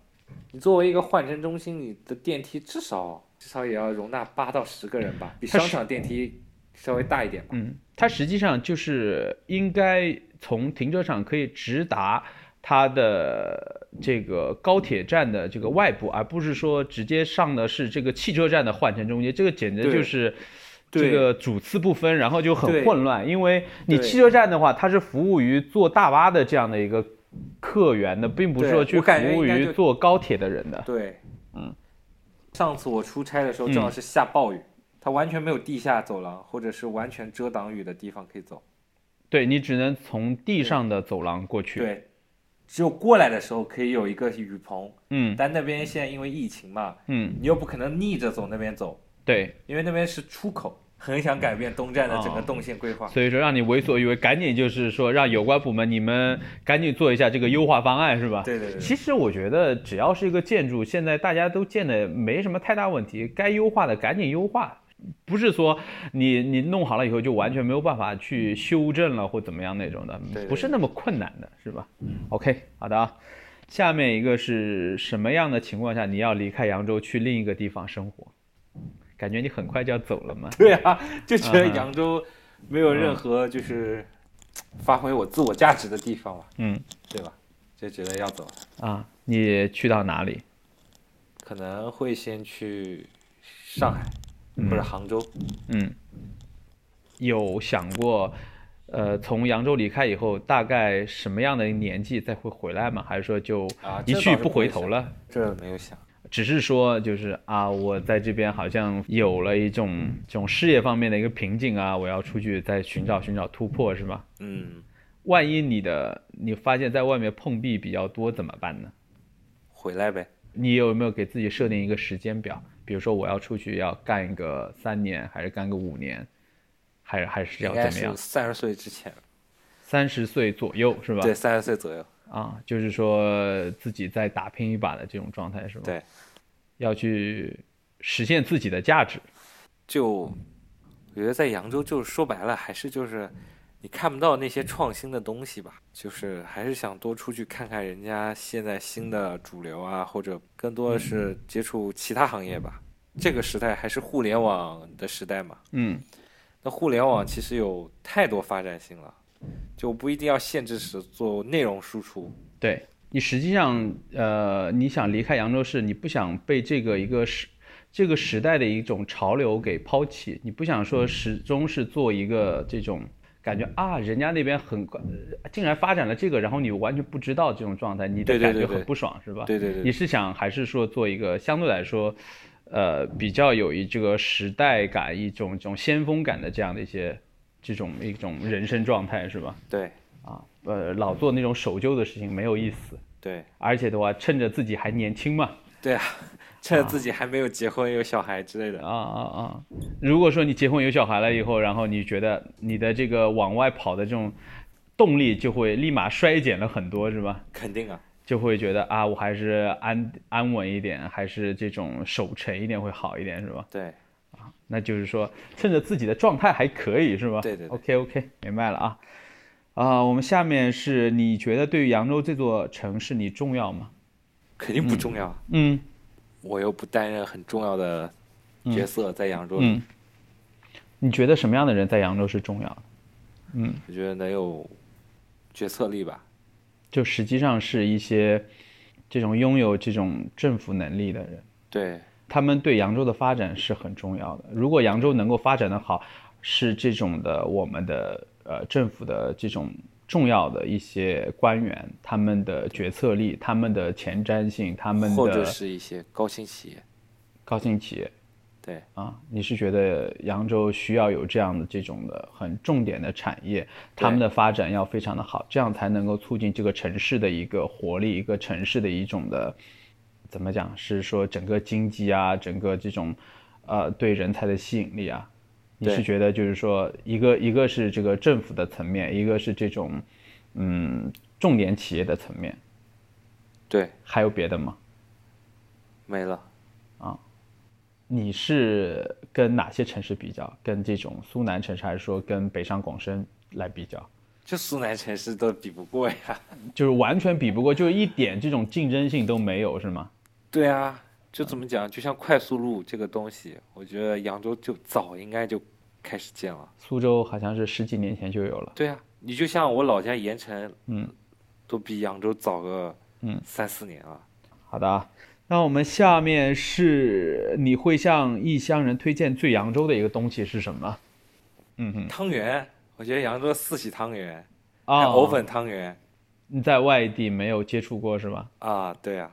你作为一个换乘中心，你的电梯至少至少也要容纳八到十个人吧，比它商是场电梯稍微大一点吧。嗯，它实际上就是应该从停车场可以直达它的这个高铁站的这个外部，而不是说直接上的是这个汽车站的换乘中间，这个简直对就是。对这个主次不分，然后就很对混乱，因为你对汽车站的话，它是服务于坐大巴的这样的一个客源的，并不是对说我去服感觉务应该于就坐高铁的人的。对，嗯。上次我出差的时候，正好是下暴雨，它完全没有地下走廊，或者是完全遮挡雨的地方可以走。对你只能从地上的走廊过去。，对，只有过来的时候可以有一个雨棚，嗯但那边现在因为疫情嘛，嗯，你又不可能逆着走那边走，对，因为那边是出口。很想改变东站的哦整个动线规划，所以说让你为所欲为，赶紧就是说让有关部门你们赶紧做一下这个优化方案，是吧？对对对其实我觉得只要是一个建筑，现在大家都建的没什么太大问题，该优化的赶紧优化。不是说你你弄好了以后就完全没有办法去修正了或怎么样那种的对，对不是那么困难的，是吧？OK，好的啊。下面一个是什么样的情况下你要离开扬州去另一个地方生活？感觉你很快就要走了吗？ 对啊，就觉得嗯哼嗯扬州没有任何就是发挥我自我价值的地方了，嗯对吧？就觉得要走了，啊，你去到哪里？可能会先去上海嗯或者杭州，嗯，有想过，呃，从扬州离开以后，大概什么样的年纪再会回来吗？还是说就啊一这去倒是不不回会头想了？这没有想。只是说就是啊，我在这边好像有了一种这种事业方面的一个瓶颈啊，我要出去再寻找寻找突破，是吧？嗯，万一你的你发现在外面碰壁比较多怎么办呢？回来呗。你有没有给自己设定一个时间表？比如说我要出去要干个三年，还是干个五年，还是还是应要该怎么是样？三十岁之前，三十岁左右是吧？对，三十岁左右。啊，就是说自己再打拼一把的这种状态是吧？对，要去实现自己的价值。就我觉得在扬州，就是说白了，还是就是你看不到那些创新的东西吧，就是还是想多出去看看人家现在新的主流啊，或者更多的嗯是接触其他行业吧。这个时代还是互联网的时代嘛，嗯那互联网其实有太多发展性了，就不一定要限制是做内容输出。，对你实际上，呃，你想离开扬州市，你不想被这个一个时这个时代的一种潮流给抛弃，你不想嗯说始终是做一个这种感觉啊，人家那边很快呃竟然发展了这个，然后你完全不知道这种状态，你的对对感对觉对很不爽，是吧？对对对你是想还是说做一个相对来说，呃，比较有一这个时代感、一种这种先锋感的这样的一些这种一种人生状态，是吧？对啊，呃，老做那种守旧的事情没有意思，对而且的话，趁着自己还年轻嘛，对啊，趁自己还没有结婚有小孩之类的啊，啊啊！如果说你结婚有小孩了以后，然后你觉得你的这个往外跑的这种动力就会立马衰减了很多，是吧？肯定啊。就会觉得啊，我还是安安稳一点，还是这种守成一点会好一点，是吧？对，那就是说，趁着自己的状态还可以，是吧？对对对 OK OK，明白了啊。啊、我们下面是你觉得对于扬州这座城市你重要吗？肯定不重要啊。嗯我又不担任很重要的角色在扬州，嗯，你觉得什么样的人在扬州是重要的？我觉得能有决策力吧。就实际上是一些这种拥有这种政府能力的人，对他们对扬州的发展是很重要的。如果扬州能够发展的好，是这种的我们的呃政府的这种重要的一些官员，他们的决策力、他们的前瞻性、他们或者的是一些高新企业，高新企业对啊，你是觉得扬州需要有这样的这种的很重点的产业，他们的发展要非常的好，这样才能够促进这个城市的一个活力，一个城市的一种的怎么讲，是说整个经济啊，整个这种呃对人才的吸引力啊，你对是觉得就是说一个一个是这个政府的层面，一个是这种嗯重点企业的层面，对，还有别的吗？没了。你是跟哪些城市比较？跟这种苏南城市，还是说跟北上广深来比较？这苏南城市都比不过呀。就是完全比不过，就是一点这种竞争性都没有，是吗？对啊，嗯就怎么讲，就像快速路这个东西，我觉得扬州就早应该就开始建了。苏州好像是十几年前就有了，对啊，你就像我老家盐城，嗯，都比扬州早个嗯三四年了。好的啊，那我们下面是你会向异乡人推荐最扬州的一个东西是什么？嗯哼，汤圆，我觉得扬州四喜汤圆，还啊、哎有藕粉汤圆你在外地没有接触过是吧？啊，对啊，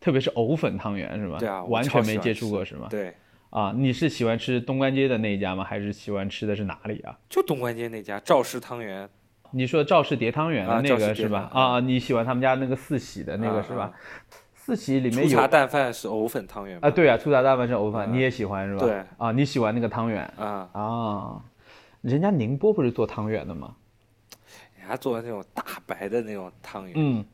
特别是藕粉汤圆是吧？对啊我完超全喜没欢接触吃过是吗？对，啊，你是喜欢吃东关街的那一家吗？还是喜欢吃的是哪里啊？就东关街那家赵氏汤圆，你说赵氏叠汤圆啊的那赵氏个叠是吧？汤圆啊，你喜欢他们家那个四喜的那个啊是吧啊？四喜里粗面有茶淡饭是藕粉汤圆啊，嘛对啊，粗茶淡饭是藕粉，嗯你也喜欢是吧？对啊，你喜欢那个汤圆啊，啊？人家宁波不是做汤圆的吗？人家做的那种大白的那种汤圆，嗯，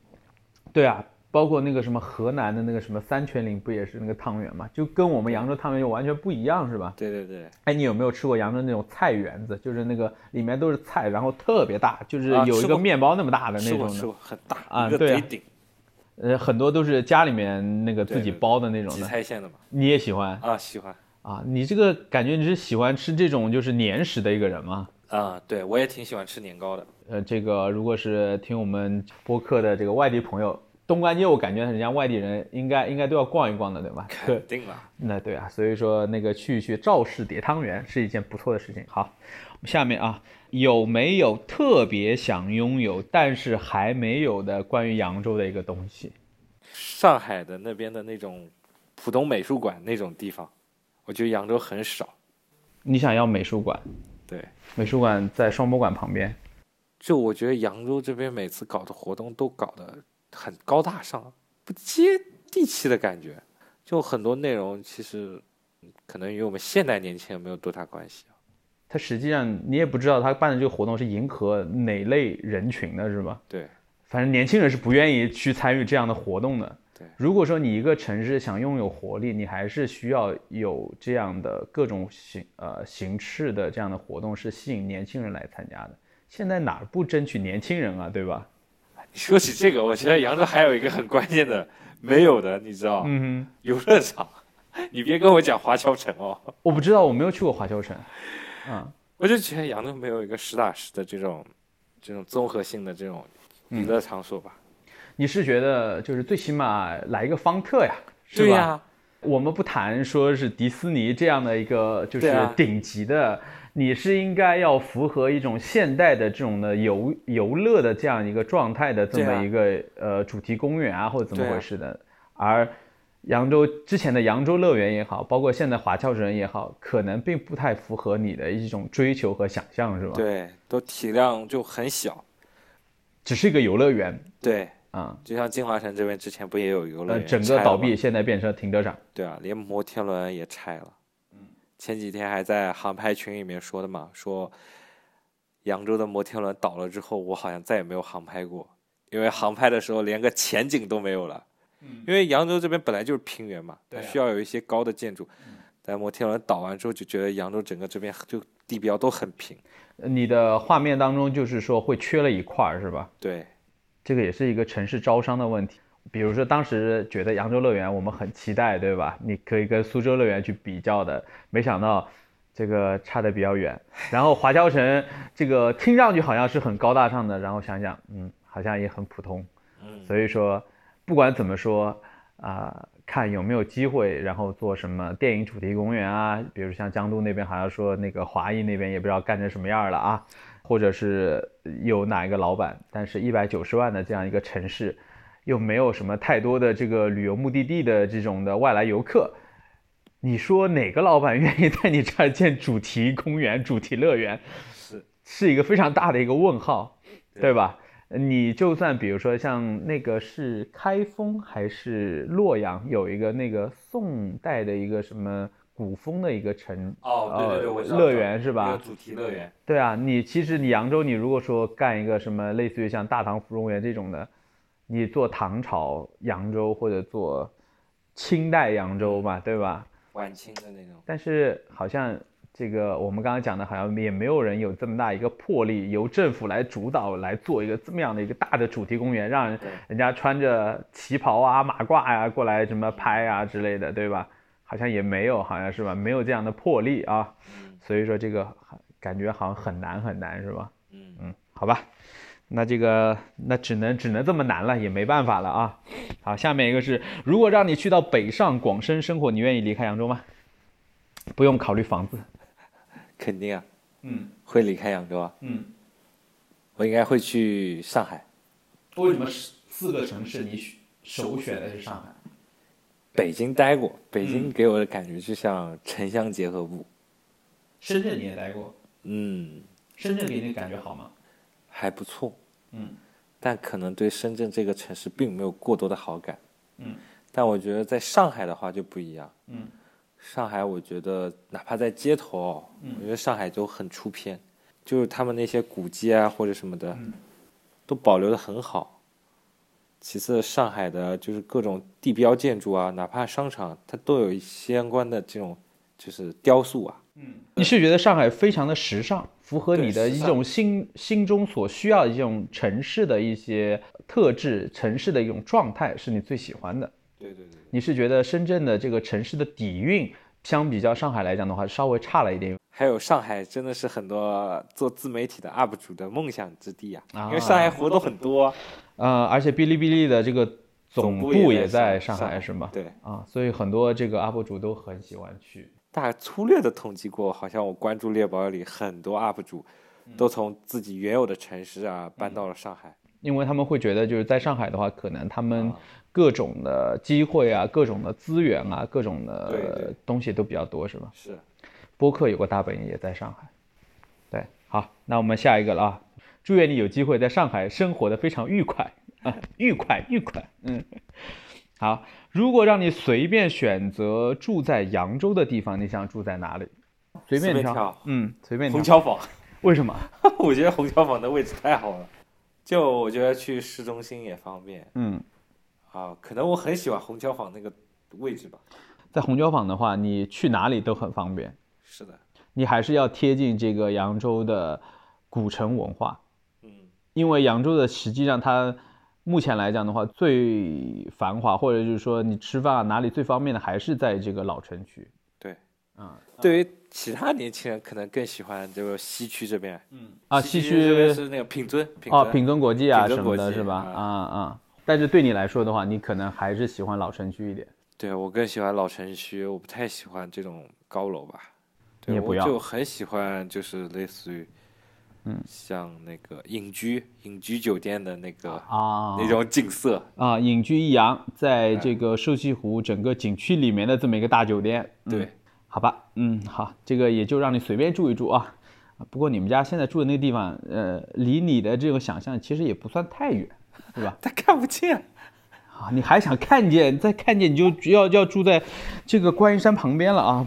对啊，包括那个什么河南的那个什么三泉岭不也是那个汤圆嘛？就跟我们扬州汤圆又完全不一样是吧？对对对，哎，你有没有吃过扬州那种菜圆子？就是那个里面都是菜，然后特别大，就是啊有一吃个过面包那么大的吃那过种吃的。过，很大啊一个对啊贼顶，呃，很多都是家里面那个自对己对对包的那种荠的。菜馅的嘛，你也喜欢啊，喜欢。啊？你这个感觉你是喜欢吃这种就是粘食的一个人吗？啊、对我也挺喜欢吃年糕的。呃，这个如果是听我们播客的这个外地朋友，东关街我感觉人家外地人应该应该都要逛一逛的，对吧？对肯，定了，那对啊，所以说那个去一去赵氏叠汤圆是一件不错的事情。好，下面啊，有没有特别想拥有但是还没有的关于扬州的一个东西？上海的那边的那种浦东美术馆那种地方，我觉得扬州很少。你想要美术馆？对，美术馆在双博馆旁边。就我觉得扬州这边每次搞的活动都搞得很高大上，不接地气的感觉。就很多内容其实嗯可能与我们现代年轻人没有多大关系。啊它实际上你也不知道他办的这个活动是迎合哪类人群的，是吧？对，反正年轻人是不愿意去参与这样的活动的。对如果说你一个城市想拥有活力，你还是需要有这样的各种形呃形式的这样的活动，是吸引年轻人来参加的。现在哪儿不争取年轻人啊，对吧？你说起这个，我觉得扬州还有一个很关键的没有的，你知道，嗯游乐场。 你别跟我讲华侨城哦。哼，我不知道，我没有去过华侨城。嗯，我就觉得扬州没有一个实打实的这种这种综合性的这种嗯娱乐场所吧？你是觉得就是最起码来一个方特呀，是吧？对呀、我们不谈说是迪士尼这样的一个就是对啊顶级的，你是应该要符合一种现代的这种的游游乐的这样一个状态的这对么啊一个、呃主题公园啊，或者怎么对啊回事的。而扬州之前的扬州乐园也好，包括现在华侨城也好，可能并不太符合你的一种追求和想象，是吧？，对，都体量就很小。只是一个游乐园对，啊、就像金华城这边之前不也有游乐呃，园、整嗯拆个了倒吗闭，。现在变成了停车场。对啊，连摩天轮也拆了。前几天还在航拍群里面说的嘛，说扬州的摩天轮倒了之后，我好像再也没有航拍过，因为航拍的时候连个前景都没有了。嗯，因为扬州这边本来就是平原嘛，它对啊需要有一些高的建筑。但摩天轮倒完之后，就觉得扬州整个这边就地标都很平。呃你的画面当中就是说会缺了一块儿，是吧？对，这个也是一个城市招商的问题。比如说，当时觉得扬州乐园我们很期待，对吧？你可以跟苏州乐园去比较的，没想到这个差的比较远。然后华侨城这个听上去好像是很高大上的，然后想想，嗯，好像也很普通。嗯，所以说，不管怎么说，啊、看有没有机会，然后做什么电影主题公园啊，比如像江都那边好像说那个华谊那边也不知道干成什么样了啊，或者是有哪一个老板，但是一百九十万的这样一个城市，又没有什么太多的这个旅游目的地的这种的外来游客。你说哪个老板愿意在你这儿建主题公园、主题乐园？是是一个非常大的一个问号，对吧？你就算比如说像那个是开封还是洛阳，有一个那个宋代的一个什么古风的一个城，哦呃乐园是吧？主题乐园，对啊，你其实你扬州，你如果说干一个什么类似于像大唐芙蓉园这种的，你做唐朝扬州或者做清代扬州嘛，对吧？晚清的那种。但是好像这个我们刚刚讲的，好像也没有人有这么大一个魄力，由政府来主导来做一个这么样的一个大的主题公园，让人家穿着旗袍啊、马褂呀、过来什么拍啊之类的，对吧？好像也没有，好像是吧？没有这样的魄力啊，嗯所以说这个感觉好像很难很难，是吧？嗯嗯，好吧，那这个那只能只能这么难了，也没办法了啊。好，下面一个是，如果让你去到北上广深生活，你愿意离开扬州吗？不用考虑房子，肯定啊，嗯会离开扬州啊，嗯，我应该会去上海、为什么四四个城市你选首选的是上海？北京待过，北京给我的感觉就像城乡结合部，深圳你也待过，嗯，深圳给你的感觉好吗？还不错，嗯，但可能对深圳这个城市并没有过多的好感，嗯，但我觉得在上海的话就不一样，嗯，上海我觉得哪怕在街头哦，嗯我觉得上海就很出片，就是他们那些古街啊或者什么的，嗯都保留的很好。其次，上海的就是各种地标建筑啊，哪怕商场，它都有一些相关的这种就是雕塑啊，嗯你是觉得上海非常的时尚，符合你的对时一尚种心心中所需要的一种城市的一些特质，城市的一种状态是你最喜欢的。对对对，你是觉得深圳的这个城市的底蕴，相比较上海来讲的话，稍微差了一点。还有上海真的是很多做自媒体的 UP 主的梦想之地啊，啊因为上海活动很多啊，呃，而且哔哩哔哩的这个总部部也也在在上上海，是吗？对。啊，所以很多这个 UP 主都很喜欢去。大粗略的统计过，好像我关注猎豹里很多 UP 主，都从自己原有的城市啊搬到了上海。因为他们会觉得，就是在上海的话，可能他们啊各种的机会啊、各种的资源啊、各种对的对东西都比较多，是吧？是，播客有个大本营也在上海。对，好，那我们下一个了啊！祝愿你有机会在上海生活的非常愉快啊，愉快愉快，嗯。好，如果让你随便选择住在扬州的地方，你想住在哪里？随随便便挑，挑嗯，随便虹挑。桥坊， 为什么？我觉得虹桥坊的位置太好了，就我觉得去市中心也方便嗯，啊。可能我很喜欢虹桥坊那个位置吧。在虹桥坊的话，你去哪里都很方便，是的，你还是要贴近这个扬州的古城文化。嗯，因为扬州的实际上它目前来讲的话，最繁华或者就是说你吃饭啊哪里最方便的，还是在这个老城区。对。啊、对于其他年轻人，可能更喜欢就是西区这边嗯，啊，西西这边区是那个品尊，品哦，尊品尊国际啊品什尊么国际的，是吧？啊啊啊。但是对你来说的话，你可能还是喜欢老城区一点。对我更喜欢老城区，我不太喜欢这种高楼吧。对你也不要我就很喜欢，就是类似于，嗯，像那个隐居、隐居酒店的那个、啊那种景色。啊，隐居益阳，在这个瘦西湖整个景区里面的这么一个大酒店。嗯对，好吧，嗯，好，这个也就让你随便住一住啊。啊不过你们家现在住的那个地方，呃，离你的这个想象其实也不算太远，对吧？他看不见。啊，你还想看见，再看见你就要要住在这个观音山旁边了啊。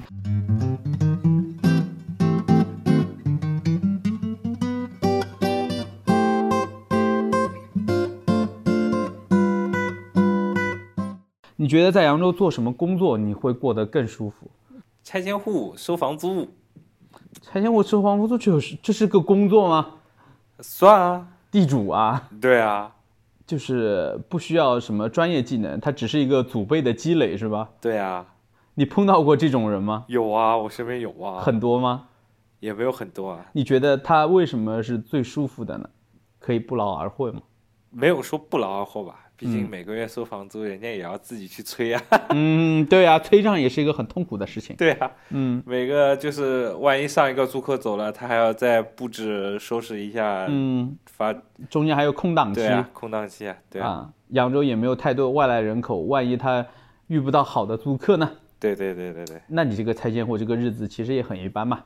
你觉得在扬州做什么工作你会过得更舒服？拆迁户收房租拆迁户吃黄不租就是这是个工作吗？算啊，地主啊，对啊，就是不需要什么专业技能，它只是一个祖辈的积累，是吧？对啊，你碰到过这种人吗？有啊，我身边有啊，很多吗？也没有很多啊，你觉得他为什么是最舒服的呢？可以不劳而获吗？没有说不劳而获吧，毕竟每个月收房租，人家也要自己去催啊。嗯，对啊，催账也是一个很痛苦的事 情。对啊，嗯，每个就是万一上一个租客走了，他还要再布置收拾一下，嗯，发中间还有空档期对啊，空档期啊，对啊，啊扬州也没有太多外来人口，万一他遇不到好的租客呢？对对对对对，那你这个拆迁户这个日子其实也很一般嘛。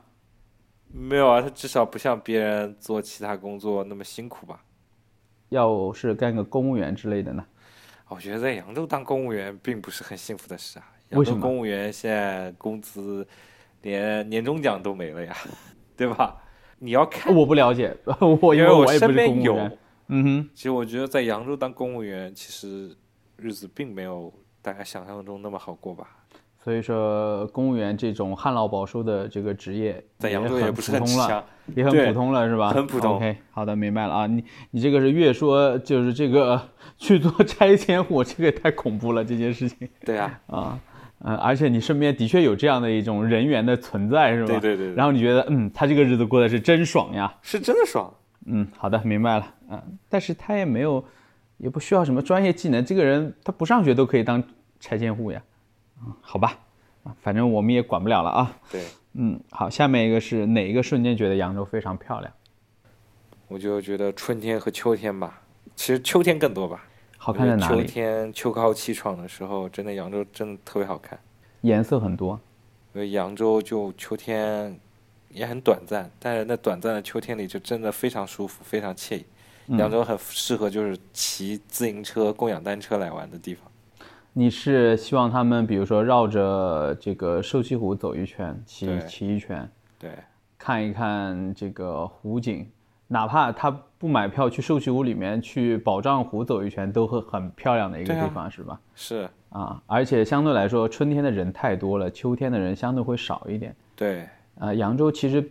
没有啊，他至少不像别人做其他工作那么辛苦吧？要是干个公务员之类的呢？ 啊我觉得在扬州当公务员并不是很幸福的事啊，扬为什州么公务员现在工资连年终奖都没了呀， 对吧？你要看，我不了解， 哦我因因为我也不身是公边务有，员。嗯哼，其实我觉得在扬州当公务员，其实日子并没有大家想象中那么好过吧？所以说，公务员这种旱涝保收的这个职业，在扬州也也很不是普很通了强，，也很对普通了，是吧？很普通 OK，好的，明白了啊。你你这个是越说就是这个 去做拆迁户，这个也太恐怖了，这件事情对啊，啊。嗯，而且你身边的确有这样的一种人员的存在，是吧？对对对对然后你觉得，嗯，他这个日子过得是真爽呀。是真的爽。嗯，好的，明白了。嗯，但是他也没有，也不需要什么专业技能，这个人他不上学都可以当拆迁户呀。嗯，好吧，啊反正我们也管不了了啊。对，嗯，好，下面一个是哪一个瞬间觉得扬州非常漂亮？我就觉得春天和秋天吧，其实秋天更多吧。好看在哪我觉得秋里？天秋高气爽的时候，真的扬州真的特别好看。颜色很多。因为扬州就秋天也很短暂，但是那短暂的秋天里就真的非常舒服，非常惬意。嗯扬州很适合就是骑自行车、共享单车来玩的地方。你是希望他们比如说绕着这个瘦西湖走一圈，骑对骑一圈，对，看一看这个湖景，哪怕他不买票去瘦西湖里面去宝障湖走一圈，都会很漂亮的一个对啊地方，是吧？是，啊，而且相对来说，春天的人太多了，秋天的人相对会少一点。对，呃，扬州其实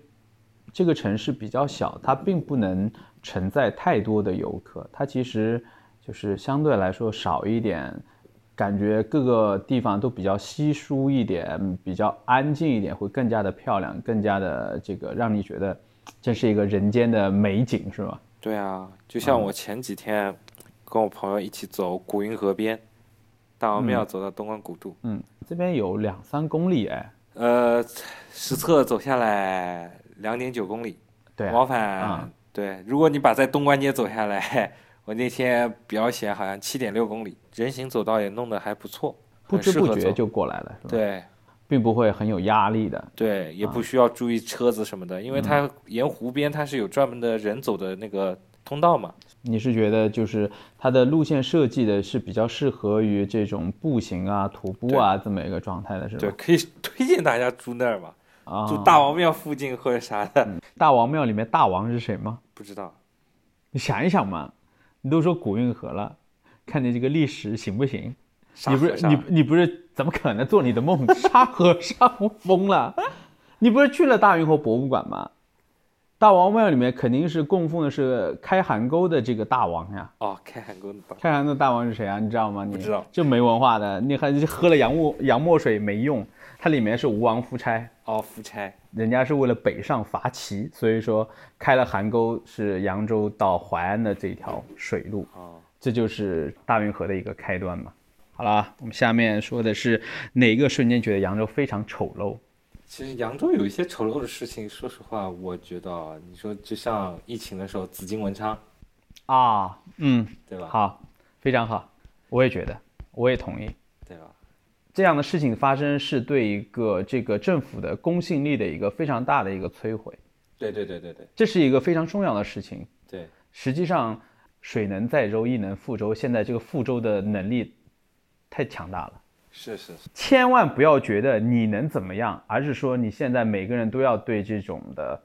这个城市比较小，它并不能承载太多的游客，它其实就是相对来说少一点，感觉各个地方都比较稀疏一点，比较安静一点，会更加的漂亮，更加的这个让你觉得真是一个人间的美景，是吧？对啊，就像嗯我前几天跟我朋友一起走古运河边，大王庙走到东关古渡，嗯，这边有两三公里，哎，呃，实测走下来两点九公里，对啊、往返、啊对，如果你把在东关街走下来，我那天表显好像七点六公里，人行走道也弄得还不错，不很知适不合觉走就过来了，是吧？对并不会很有压力的。对，嗯也不需要注意车子什么的，因为它沿湖边它是有专门的人走的那个通道嘛。你是觉得就是它的路线设计的是比较适合于这种步行啊、徒步啊这么一个状态的，是吧？对，可以 推荐大家住那儿嘛，啊，住大王庙附近或者啥的， 大王庙里面大王是谁吗？不知道。你想一想嘛，你都说古运河了，看你这个历史行不行？啥你不和是啥你你不是怎么可能做你的梦？沙河沙河疯了，你不是去了大运河博物馆吗？大王庙里面肯定是供奉的是开涵沟的这个大王呀。哦，开海沟的吧？开涵的大王是谁啊？你知道吗？你不知道，就没文化的，你还喝了洋墨洋墨水没用，它里面是吴王夫差，哦，夫差。人家是为了北上伐齐，所以说开了邗沟是扬州到淮安的这条水路，哦，这就是大运河的一个开端嘛。好了啊，我们下面说的是哪一个瞬间觉得扬州非常丑陋？其实扬州有一些丑陋的事情，说实话，我觉得啊你说就像疫情的时候，紫金文昌，啊，嗯，对吧？好，非常好，我也觉得，我也同意。对吧？这样的事情发生是对一个这个政府的公信力的一个非常大的一个摧毁，对对对对对这是一个非常重要的事情。对，实际上，水能载舟，亦能覆舟。现在这个覆舟的能力太强大了，是是是，千万不要觉得你能怎么样，而是说你现在每个人都要对这种的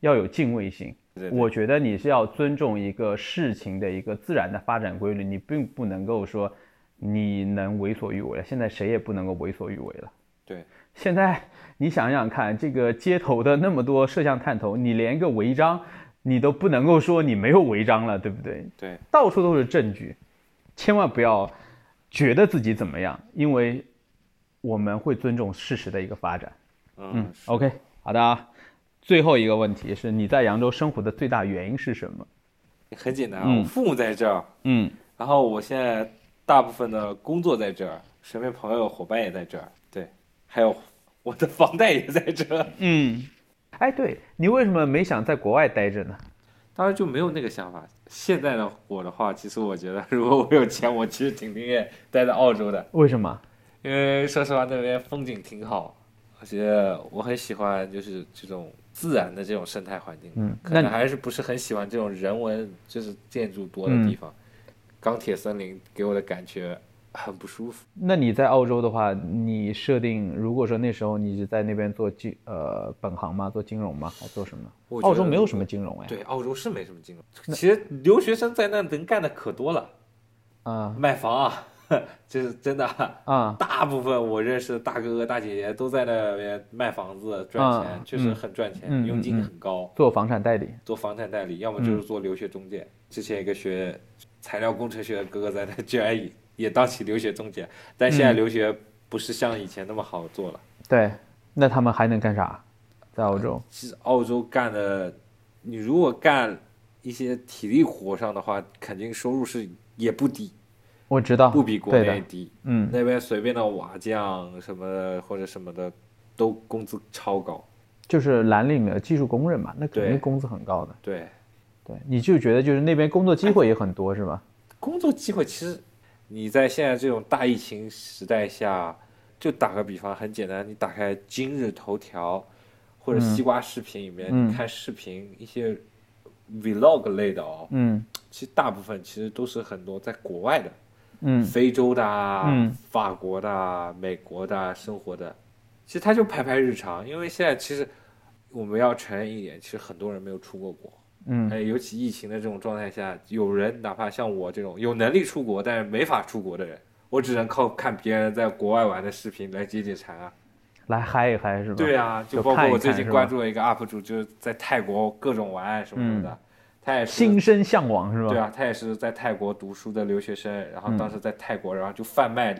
要有敬畏心。对对我觉得你是要尊重一个事情的一个自然的发展规律，你并不能够说你能为所欲为了。现在谁也不能够为所欲为了。对现在你想想看，这个街头的那么多摄像探头，你连个违章，你都不能够说你没有违章了，对不对？对到处都是证据，千万不要觉得自己怎么样，因为我们会尊重事实的一个发展。嗯， OK，好的啊。最后一个问题是你在扬州生活的最大原因是什么？很简单啊，嗯我父母在这儿，嗯，然后我现在大部分的工作在这儿，身边朋友伙伴也在这儿，对，还有我的房贷也在这儿，嗯，哎，对你为什么没想在国外待着呢？当然就没有那个想法。现在的我的话，其实我觉得，如果我有钱，我其实挺宁愿待在澳洲的，为什么？因为说实话，那边风景挺好，而且我很喜欢就是这种自然的这种生态环境。嗯可那能你还是不是很喜欢这种人文就是建筑多嗯的地方。钢铁森林给我的感觉很不舒服。那你在澳洲的话，你设定如果说那时候你是在那边做金呃本行吗？做金融吗？还做什么？我觉澳得洲没有什么金融哎。对，澳洲是没什么金融，其实留学生在那能干的可多了，啊、买房啊， 这是真的啊。啊大部分我认识的大哥哥大姐姐都在那边卖房子赚钱，啊确实很赚钱，嗯嗯嗯佣金很高，做房产代理，做房产代理，要么就是做留学中介。之前一个学材料工程学的哥哥在那居然也也当起留学中介，但现在嗯留学不是像以前那么好做了。对，那他们还能干啥？在澳洲，其实澳洲干的，你如果干一些体力活上的话，肯定收入是也不低，我知道，不比国啊对内的，低。嗯，那边随便的瓦匠什么的或者什么的，都工资超高。就是蓝领的技术工人嘛，那肯定对工资很高的。对，对，你就觉得就是那边工作机会也很多是吧？工作机会其实你在现在这种大疫情时代下，就打个比方，很简单，你打开今日头条或者西瓜视频里面，嗯你看视频一些 vlog 类的哦，嗯其实大部分其实都是很多在国外的。嗯非洲的、啊、嗯法国的、啊、美国的、啊、生活的，其实他就拍拍日常。因为现在其实我们要承认一点，其实很多人没有出过国，嗯哎，尤其疫情的这种状态下，有人哪怕像我这种有能力出国但是没法出国的人，我只能靠看别人在国外玩的视频来解解馋啊。来嗨一嗨是吧？对啊，就嗯就包看括一我最看近是关吧注了一个 UP 主，就是在泰国各种玩什么什么嗯的，他也是心生向往是吧？对啊，他也是在泰国读书的留学生，然后当时在泰国，然后就贩卖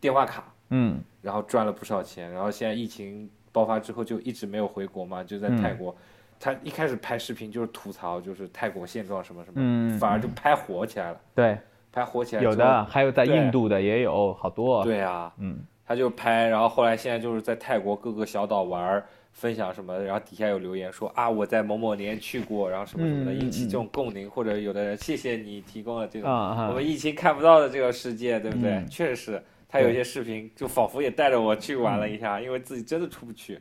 电话卡，嗯然后赚了不少钱，然后现在疫情爆发之后就一直没有回国嘛，就在泰嗯国。他一开始拍视频就是吐槽，就是泰国现状什么什么，嗯反而就拍火起来了，对，拍火起来之后有的，还有在对印度的也有好多。，对啊，嗯他就拍，然后后来现在就是在泰国各个小岛玩儿，分享什么，然后底下有留言说啊，我在某某年去过，然后什么什么的，嗯嗯引起这种共鸣，或者有的人谢谢你提供了这种啊啊我们疫情看不到的这个世界，对不对？嗯确实是，他有一些视频就仿佛也带着我去嗯玩了一下，因为自己真的出不去。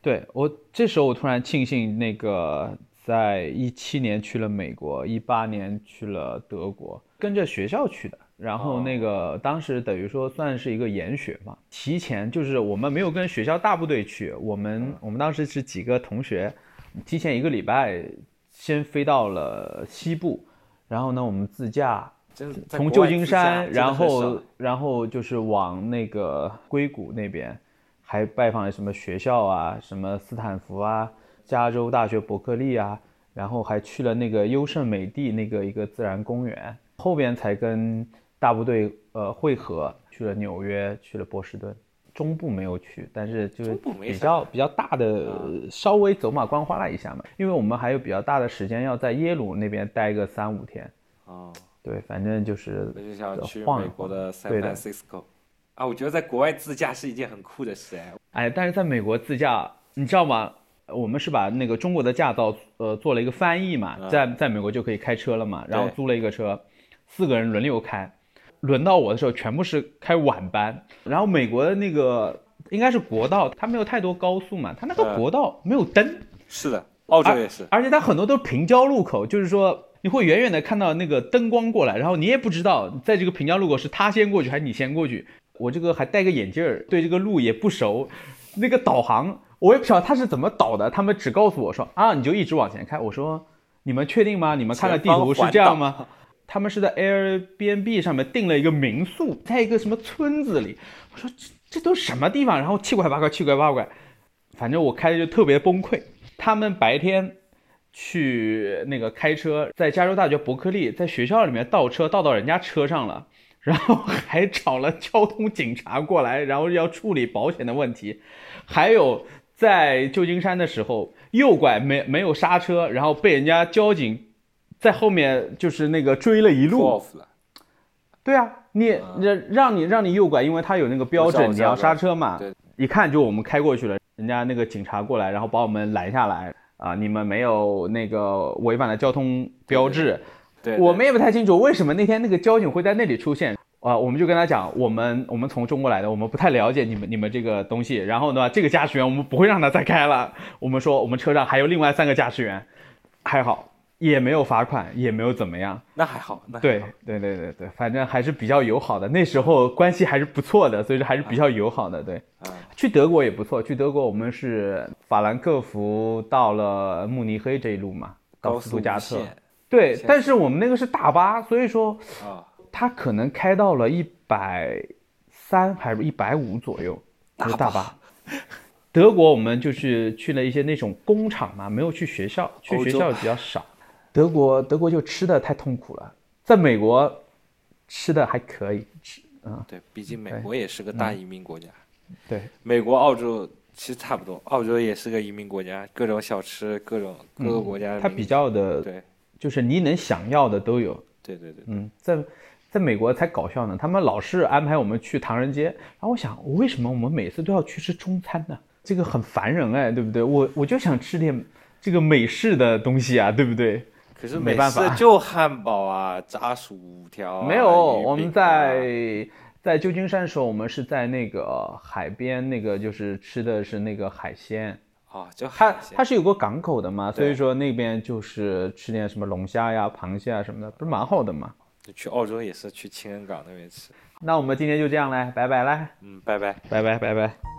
对我这时候我突然庆幸那个在一七年去了美国，一八年去了德国，跟着学校去的。然后那个当时等于说算是一个研学嘛，提前就是我们没有跟学校大部队去，我们我们当时是几个同学，提前一个礼拜先飞到了西部，然后呢我们自驾真的在从国旧外金自驾山，真的然很后少然后就是往那个硅谷那边，还拜访了什么学校啊，什么斯坦福啊，加州大学伯克利啊，然后还去了那个优胜美地那个一个自然公园，后边才跟大部队呃会合，去了纽约，去了波士顿。中部没有去，但是就是中部没比啥较比较大的，稍微走马观花了一下嘛，因为我们还有比较大的时间要在耶鲁那边待个三五天，啊，对，反正就是我就想去晃一美国的 San 对的 Francisco 啊，我觉得在国外自驾是一件很酷的事哎。哎，但是在美国自驾，你知道吗？我们是把那个中国的驾照，呃，做了一个翻译嘛，嗯在在美国就可以开车了嘛。然后对租了一个车，四个人轮流开，轮到我的时候全部是开晚班。然后美国的那个应该是国道，它没有太多高速嘛，它那个嗯国道没有灯，是的，澳洲而也是。而且它很多都是平交路口，就是说你会远远的看到那个灯光过来，然后你也不知道在这个平交路口是他先过去还是你先过去。我这个还戴个眼镜儿，对这个路也不熟，那个导航我也不晓得他是怎么导的，他们只告诉我说啊，你就一直往前开。我说你们确定吗？你们看了地图是这样吗？他们是在 Airbnb 上面订了一个民宿，在一个什么村子里。我说这这都什么地方？然后七拐八拐，七拐八拐，反正我开的就特别崩溃。他们白天去那个开车，在加州大学伯克利，在学校里面倒车倒到人家车上了，然后还找了交通警察过来，然后要处理保险的问题，还有在旧金山的时候右拐没没有刹车，然后被人家交警在后面就是那个追了一 pull 路。 off 了，对啊，你让让你让你右拐，因为它有那个标嗯我知道准，我你知道要我知道刹车嘛。对，一看就我们开过去了，人家那个警察过来，然后把我们拦下来啊、你们没有那个违反了交通标志。对，我对们也不太清楚为什么那天那个交警会在那里出现啊、我们就跟他讲，我们我们从中国来的，我们不太了解你们你们这个东西。然后呢，这个驾驶员我们不会让他再开了。我们说我们车上还有另外三个驾驶员，还好也没有罚款，也没有怎么样。那还好，那还对好对对对对，反正还是比较友好的，那时候关系还是不错的，所以说还是比较友好的。对，啊。去德国也不错，去德国我们是法兰克福到了慕尼黑这一路嘛，到高斯速图加无特。限对线，但是我们那个是大巴，所以说啊，它可能开到了一百三还是一百五左右，大大巴。德国我们就是去了一些那种工厂嘛，没有去学校，去学校比较少。德国德国就吃的太痛苦了，在美国吃的还可以，吃啊、嗯对，毕竟美国也是个大移民国家，对，美国、澳洲其实差不多，澳洲也是个移民国家，各种小吃，各种各个国家的嗯它民比较的，对就是你能想要的都有。对对对，嗯，在在美国才搞笑呢，他们老是安排我们去唐人街，然后我想，为什么我们每次都要去吃中餐呢？这个很烦人哎，对不对？我我就想吃点这个美式的东西啊，对不对？可是没美办式法就汉堡啊、炸薯条、啊，没有，鱼我饼们啊在在旧金山的时候，我们是在那个海边，那个就是吃的是那个海鲜。啊，就它海鲜它是有个港口的嘛，所以对说那边就是吃点什么龙虾呀、螃蟹啊什么的，不是蛮好的嘛。去澳洲也是去情人港那边吃，那我们今天就这样嘞，拜拜嘞，嗯，拜拜。拜拜拜拜。